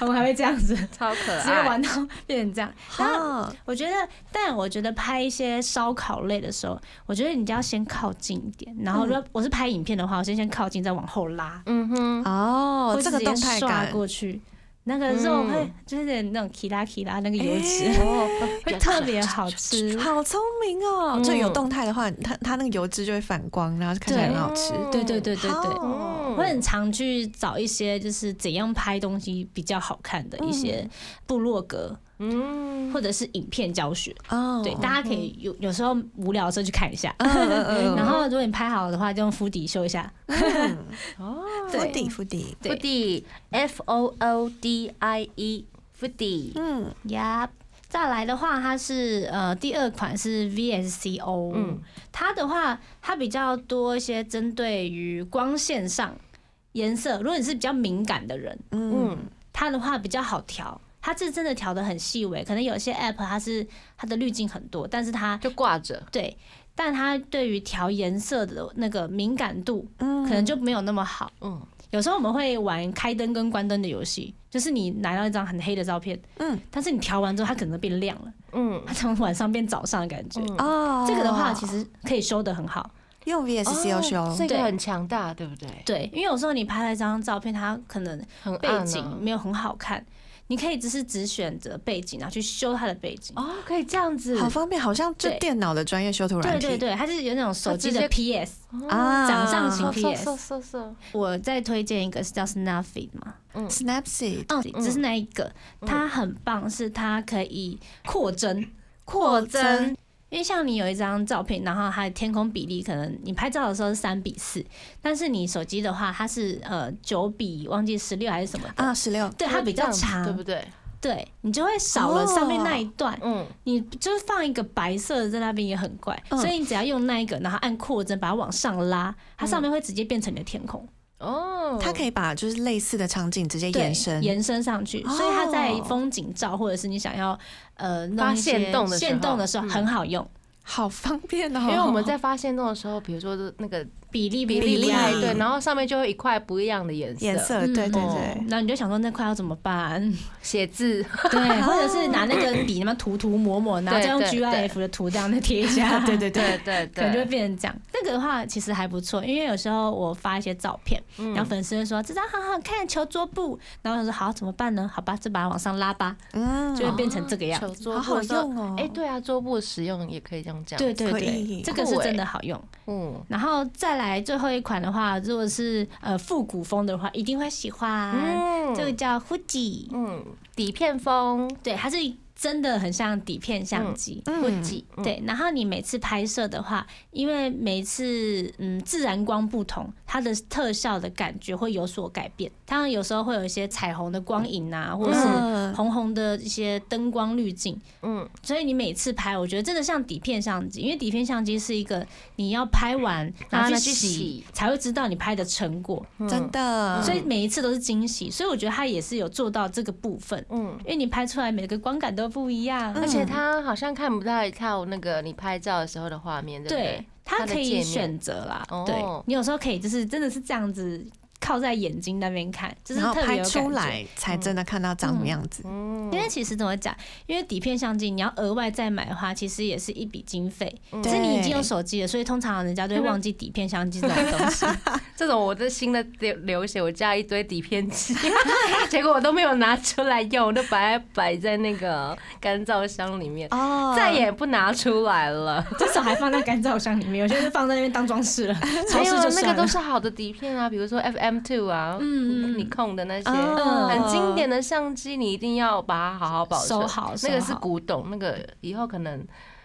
Speaker 3: 我们还会这样子，直
Speaker 2: 超可
Speaker 3: 接
Speaker 2: 爱。
Speaker 3: 玩到变成这样。然后
Speaker 5: 哦，
Speaker 3: 我觉得，但我觉得拍一些烧烤类的时候，我觉得你就要先靠近一点，然
Speaker 5: 嗯
Speaker 3: 后如果我是拍影片的话，我先先靠近，再往后拉，
Speaker 2: 嗯哼，
Speaker 5: 哦
Speaker 3: 或，
Speaker 5: 这
Speaker 3: 者
Speaker 5: 个
Speaker 3: 直接
Speaker 5: 动态
Speaker 3: 刷
Speaker 5: 感，
Speaker 3: 过去，那个肉会就是有点那种 k 拉 k 拉那个油脂，
Speaker 5: 嗯
Speaker 2: 哦，
Speaker 3: 会特别好吃。
Speaker 5: 好聪明
Speaker 3: 嗯
Speaker 5: 哦！就有动态的话，它它那个油脂就会反光，然后看起来很好吃。
Speaker 3: 对对对对对，
Speaker 2: 嗯
Speaker 5: 哦
Speaker 3: 我很常去找一些就是怎样拍东西比较好看的一
Speaker 5: 嗯
Speaker 3: 些部落格，嗯，或者是影片教学，
Speaker 5: 哦，
Speaker 3: 对，大家可以有有时候无聊的时候去看一下。
Speaker 5: 嗯嗯 嗯
Speaker 3: 然后，如果你拍好的话，就用敷底修一下。
Speaker 5: 嗯，
Speaker 3: 对
Speaker 5: 腹底腹底，
Speaker 3: 对
Speaker 2: foodie f o o d i e foodie，
Speaker 5: 嗯，
Speaker 3: 呀。再来的话，它是呃第二款是 VSCO，
Speaker 2: 嗯
Speaker 3: 它的话它比较多一些针对于光线上颜色，如果你是比较敏感的人，
Speaker 5: 嗯，
Speaker 3: 它的话比较好调，它是真的调的很细微，可能有些 app 它是它的滤镜很多，但是它
Speaker 2: 就挂着。
Speaker 3: 对，但它对于调颜色的那个敏感度，可能就没有那么好。
Speaker 2: 嗯，
Speaker 3: 有时候我们会玩开灯跟关灯的游戏，就是你拿到一张很黑的照片，
Speaker 5: 嗯，
Speaker 3: 但是你调完之后，它可能变亮了，
Speaker 2: 嗯，
Speaker 3: 它从晚上变早上的感觉。
Speaker 5: 哦，
Speaker 3: 这个的话，其实可以修的很好，
Speaker 5: 用 VSCO 修，
Speaker 2: 哦这
Speaker 3: 对
Speaker 2: 个很强大，对不对？
Speaker 3: 对，因为有时候你拍了一张照片，它可能
Speaker 2: 很
Speaker 3: 背
Speaker 2: 暗啊
Speaker 3: 景没有很好看，你可以只是只选择背景，然后去修它的背景。
Speaker 2: 哦，可以这样子，
Speaker 5: 好方便，好像就电脑的专业修图软
Speaker 3: 对
Speaker 5: 体，
Speaker 3: 对对，它是有那种手机
Speaker 2: 它直
Speaker 3: 的 PS，
Speaker 5: 啊，
Speaker 3: 掌上型
Speaker 2: 嗖嗖
Speaker 3: PS。
Speaker 2: 嗖嗖嗖
Speaker 3: 我再推荐一个是叫 Snapfeed 嘛，
Speaker 5: Snapseed
Speaker 3: 哦，只是那一个，它很棒，是它可以扩增，
Speaker 5: 扩增，
Speaker 3: 因为像你有一张照片，然后它的天空比例可能你拍照的时候是三比四，但是你手机的话它是呃九比忘记十六还是什么的，
Speaker 5: 啊，十六，
Speaker 3: 对它比较
Speaker 2: 对
Speaker 3: 长
Speaker 2: 不，对？
Speaker 3: 对你就会少了上面那一段，
Speaker 2: 嗯，
Speaker 3: 你就是放一个白色的在那边也很怪，所以你只要用那一个，然后按扩增把它往上拉，它上面会直接变成你的天空。
Speaker 2: 哦，
Speaker 5: 它可以把就是类似的场景直接
Speaker 3: 对
Speaker 5: 延伸，哦
Speaker 3: 延伸上去，所以它在风景照或者是你想要呃弄一些
Speaker 2: 发现动的时候嗯
Speaker 3: 现动的时候很好用。
Speaker 5: 好方便哦。
Speaker 2: 因为我们在发现洞的时候，比如说那个
Speaker 3: 比例
Speaker 2: 比
Speaker 3: 比
Speaker 2: 例
Speaker 5: 比
Speaker 2: 不
Speaker 5: 例
Speaker 2: 太
Speaker 5: 啊
Speaker 2: 对，然后上面就会一块不一样的颜色，
Speaker 5: 颜色，对对对
Speaker 3: 然，后你就想嗯说那块要怎么 办？
Speaker 2: 写字，
Speaker 3: 对，或者是拿那根笔那么涂涂抹抹，然后再用
Speaker 2: 对对
Speaker 3: GIF 的图这样的贴一 下。 对嗯对
Speaker 2: 对对
Speaker 3: 可能就会
Speaker 2: 对，
Speaker 3: 变成这样。那个的话其实还不错，因为有时候我发一些照片，
Speaker 2: 嗯
Speaker 3: 然后粉丝就说这张好好看，求桌布。然后我想说好怎么办呢？好吧，就把它往上拉吧，
Speaker 5: 嗯
Speaker 3: 就会变成这个样子。
Speaker 2: 手桌
Speaker 5: 好
Speaker 2: 布
Speaker 5: 好
Speaker 2: 的时候，
Speaker 5: 用哦。
Speaker 2: 哎，对啊，桌布使用也可以这样讲，
Speaker 3: 对，对
Speaker 5: 可
Speaker 3: 对
Speaker 5: 以，
Speaker 3: 这个是真的好用。
Speaker 2: 嗯，
Speaker 3: 然后再来最后一款的话，如果是呃复古风的话，一定会喜欢。
Speaker 2: 嗯
Speaker 3: 这个叫 h u j i
Speaker 2: 嗯，底片风，
Speaker 3: 对，它是真的很像底片相机，
Speaker 2: 嗯
Speaker 3: 不挤、对，然后你每次拍摄的话，因为每次嗯自然光不同，它的特效的感觉会有所改变。当然有时候会有一些彩虹的光影啊，或者是
Speaker 5: 嗯，
Speaker 3: 红红的一些灯光滤镜。
Speaker 2: 嗯，
Speaker 3: 所以你每次拍，我觉得真的像底片相机，因为底片相机是一个你要拍完
Speaker 2: 然后
Speaker 3: 拿去
Speaker 2: 拿去
Speaker 3: 洗
Speaker 2: 洗嗯
Speaker 3: 才会知道你拍的成果，
Speaker 5: 真的，
Speaker 3: 嗯所以每一次都是惊喜。所以我觉得它也是有做到这个部分。
Speaker 2: 嗯。
Speaker 3: 因为你拍出来每个光感都不一样，嗯
Speaker 2: 而且它好像看不太到那个你拍照的时候的画面，对不
Speaker 3: 对
Speaker 2: 对？，
Speaker 3: 它
Speaker 2: 它的
Speaker 3: 可
Speaker 2: 界
Speaker 3: 以
Speaker 2: 面
Speaker 3: 选择啦。
Speaker 2: 哦
Speaker 3: 对你有时候可以就是真的是这样子靠在眼睛那边看，就是
Speaker 5: 然后
Speaker 3: 特别
Speaker 5: 拍
Speaker 3: 有感
Speaker 5: 出
Speaker 3: 觉。
Speaker 5: 来才真的看到长什么样子。
Speaker 2: 嗯
Speaker 3: 因为其实怎么讲，因为底片相机你要额外再买的话，其实也是一笔经费。
Speaker 2: 嗯
Speaker 3: 可是你已经有手机了，所以通常人家都会忘记底片相机这种 东西。
Speaker 2: 这种我的新的流流血，我加一堆底片 机，结果我都没有拿出来用，我都摆在摆在那个干燥箱里面，
Speaker 5: 哦
Speaker 2: 再也不拿出来了。
Speaker 3: 这手还放在干燥箱里面，有些是放在那边当装饰了，超
Speaker 2: 没
Speaker 3: 市
Speaker 2: 有
Speaker 3: 就
Speaker 2: 那
Speaker 3: 算
Speaker 2: 个
Speaker 3: 了
Speaker 2: 都。是好的底片啊，比如说 FM Two 啊，
Speaker 3: 嗯嗯
Speaker 2: 嗯，你控的那些。
Speaker 5: 哦
Speaker 2: 很经典的相机，你一定要把它好好保存。
Speaker 3: 收好收
Speaker 2: 那
Speaker 3: 好
Speaker 2: 个是古董，那个以后可能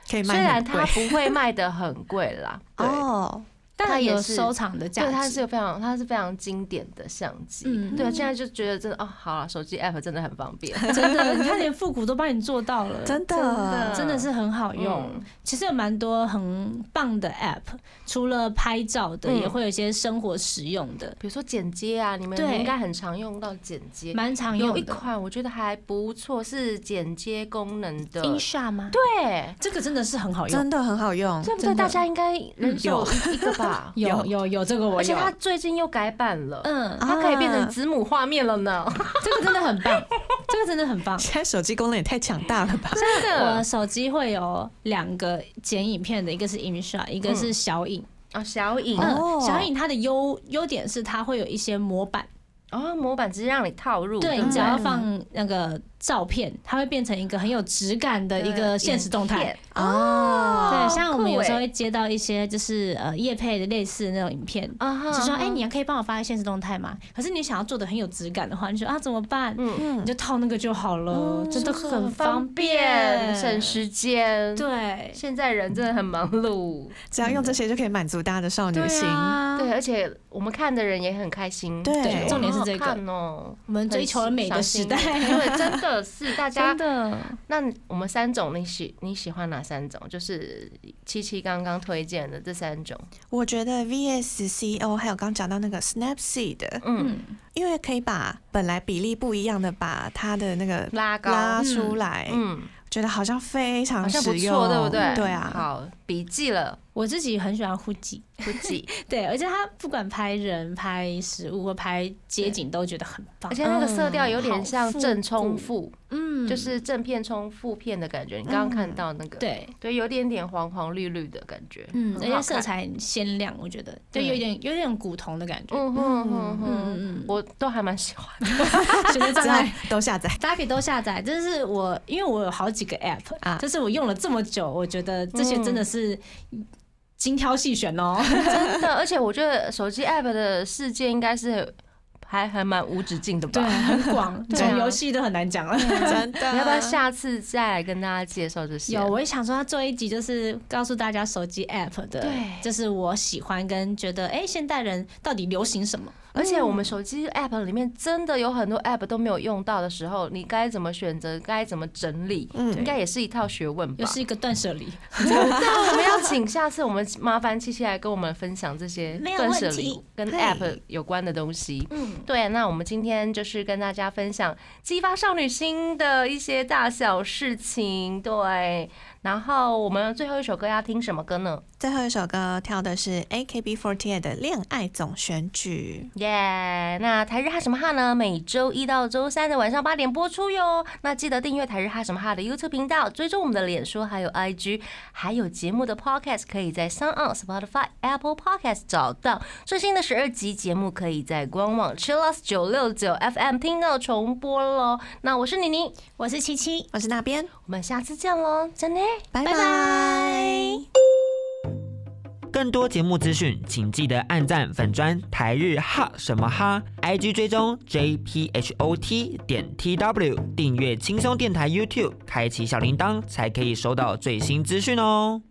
Speaker 5: 可以
Speaker 2: 虽
Speaker 5: 卖
Speaker 2: 然
Speaker 5: 很
Speaker 2: 它
Speaker 5: 贵
Speaker 2: 不会卖的很贵 啦，对，
Speaker 5: 哦，
Speaker 3: 当然
Speaker 2: 它也
Speaker 3: 有
Speaker 2: 是
Speaker 3: 收藏的价
Speaker 2: 对，它
Speaker 3: 值。
Speaker 2: 是有非常，它是非常经典的相机。
Speaker 3: 嗯
Speaker 2: 对，现在就觉得真的哦，好了，手机 app 真的很方 便。
Speaker 3: 真 的，你看连复古都帮你做到了，
Speaker 5: 真
Speaker 2: 的
Speaker 3: 真的是很好用。
Speaker 2: 嗯
Speaker 3: 其实有蛮多很棒的 App，除了拍照的，
Speaker 2: 嗯
Speaker 3: 也会有一些生活实用的，
Speaker 2: 比如说剪接啊，你们
Speaker 3: 对
Speaker 2: 应该很常用到剪接。
Speaker 3: 蛮常
Speaker 2: 有一
Speaker 3: 用的。
Speaker 2: 款我觉得还不错，是剪接功能的，
Speaker 3: shot 吗？对，
Speaker 2: 对，
Speaker 3: 这个真的是很好用。
Speaker 5: 真的很好用。
Speaker 2: 对不
Speaker 3: 真
Speaker 2: 对？
Speaker 3: 的。
Speaker 2: 大家应该人手一个吧
Speaker 3: 嗯 有有有，这个我
Speaker 2: 而且
Speaker 3: 有。
Speaker 2: 它最近又改版了，
Speaker 3: 嗯，啊
Speaker 5: 啊
Speaker 2: 它可以变成子母画面了呢。
Speaker 3: 这个真的很棒，这个真的很棒。
Speaker 5: 现在手机功能也太强大了吧？
Speaker 2: 真
Speaker 3: 我
Speaker 2: 的
Speaker 3: 手机会有两个剪影片的，一个是 InShot，一个是小影。
Speaker 2: 啊，小影
Speaker 5: 嗯哦
Speaker 3: 嗯，小影它的优优点是它会有一些模板，
Speaker 2: 哦，模板直接让你套入，
Speaker 3: 对
Speaker 2: 不
Speaker 3: 你只要
Speaker 5: 嗯
Speaker 3: 放那个照片，它会变成一个很有质感的一个现实动态。。
Speaker 5: 哦，
Speaker 3: 对，像我们
Speaker 2: 酷
Speaker 3: 有时候
Speaker 2: 欸
Speaker 3: 会接到一些就是呃叶配的类似的那种影片。
Speaker 2: 啊哈，
Speaker 3: 就说哎、你可以帮我发现实动态吗？可是你想要做的很有质感的话，你说啊怎么办？
Speaker 5: 嗯
Speaker 3: 你就套那个就好了，真的很
Speaker 2: 方
Speaker 3: 便，
Speaker 2: 便，省。时间。，
Speaker 3: 对，
Speaker 2: 现在人真的很忙碌。
Speaker 5: 只要用这些就可以满足大家的少女心。
Speaker 3: 啊嗯
Speaker 2: 对，啊而且我们看的人也很开心。
Speaker 5: 对
Speaker 2: 觉得
Speaker 3: 重点是
Speaker 2: 哇
Speaker 3: 这个
Speaker 2: 好看哦，
Speaker 3: 我们追求了美的时代，
Speaker 2: 很赏心对，真的是大家
Speaker 3: 真。的
Speaker 2: 那我们三种，你喜你喜欢哪三种？就是七七刚刚推荐的这三种。
Speaker 5: 我觉得 VSCO 还有刚讲到那个 Snapseed，
Speaker 2: 嗯，
Speaker 5: 因为可以把本来比例不一样的把它的那个
Speaker 2: 拉高。
Speaker 5: 拉出来，
Speaker 2: 嗯，
Speaker 5: 觉得好像非
Speaker 2: 好
Speaker 5: 常
Speaker 2: 像不
Speaker 5: 实用，
Speaker 2: 错，对不对？
Speaker 5: 对啊，
Speaker 2: 好，笔记了，
Speaker 3: 我自己很喜欢呼记，
Speaker 2: 不记。
Speaker 3: 对，而且它不管拍人、拍食物或拍街景都觉得很棒
Speaker 2: 而。且那个色调有点像正
Speaker 3: 好
Speaker 2: 冲
Speaker 3: 复
Speaker 2: 复，
Speaker 3: 嗯
Speaker 2: 就是正片冲负片的感觉。你刚刚看到那个，
Speaker 3: 对，
Speaker 2: 对，有点点黄黄绿绿的感觉，
Speaker 3: 嗯，而
Speaker 2: 很
Speaker 3: 且
Speaker 2: 好
Speaker 3: 色
Speaker 2: 看。
Speaker 3: 彩很鲜亮，我觉得对，
Speaker 2: 对
Speaker 3: 有点有点古铜的感觉。
Speaker 2: 嗯哼哼哼，
Speaker 3: 嗯嗯
Speaker 2: 我都还蛮喜欢的。
Speaker 3: 嗯， 学的障
Speaker 5: 只要
Speaker 3: 碍。
Speaker 5: 都下载。
Speaker 3: 大家可以都下载，这是我因为我有好几个 app，、
Speaker 5: 啊
Speaker 3: 就是我用了这么久，我觉得这些真的是精挑细选哦。
Speaker 2: 真的，而 且我觉得手机 app 的世界应该是还还蛮无止境的吧。
Speaker 3: 对，很广，
Speaker 2: 对啊
Speaker 3: 从游戏都很难讲了。
Speaker 5: 真的，
Speaker 2: 你要不要下次再来跟大家介绍这些？
Speaker 3: 有，我也想说要做一集，就是告诉大家手机 app 的，
Speaker 2: 对
Speaker 3: 就是我喜欢跟觉得，哎、现代人到底流行什么？
Speaker 2: 而且
Speaker 3: 嗯
Speaker 2: 我们手机 app 里面真的有很多 app 都没有用到的时候，你该怎么选择，该怎么整理，应该也是一套学问
Speaker 3: 又
Speaker 2: 吧。
Speaker 3: 嗯是一个断舍离，
Speaker 2: 那我们要请下次我们麻烦七七来跟我们分享这些
Speaker 3: 没有
Speaker 2: 断舍
Speaker 3: 问题
Speaker 2: 离跟
Speaker 5: 嘿
Speaker 2: App 有关的东西。嗯，对。那我们今天就是跟大家分享激发少女心的一些大小事情。对，然后我们最后一首歌要听什么歌呢？
Speaker 5: 最后一首歌跳的是 AKB48 的《恋爱总选举
Speaker 2: 耶、那台日哈什么哈呢？每周一到周三的晚上八点播出哟。那记得订阅台日哈什么哈的 YouTube 频道，追踪我们的脸书还有 IG，还有节目的 Podcast 可以在 s o n Spotify、Apple Podcast 找到。最新的十二集节目可以在官网 Chillus 九六九 FM 听到重播喽。那我是妮妮，
Speaker 3: 我是七七》，。
Speaker 5: 我是那边，
Speaker 2: 我们下次见喽，真的。
Speaker 5: 拜拜
Speaker 4: 更多节目资讯，请记得按赞粉砖台日哈什么哈，IG 追踪 JPHOT 点 TW，订阅轻松电台 YouTube，开启小铃铛才可以收到最新资讯哦。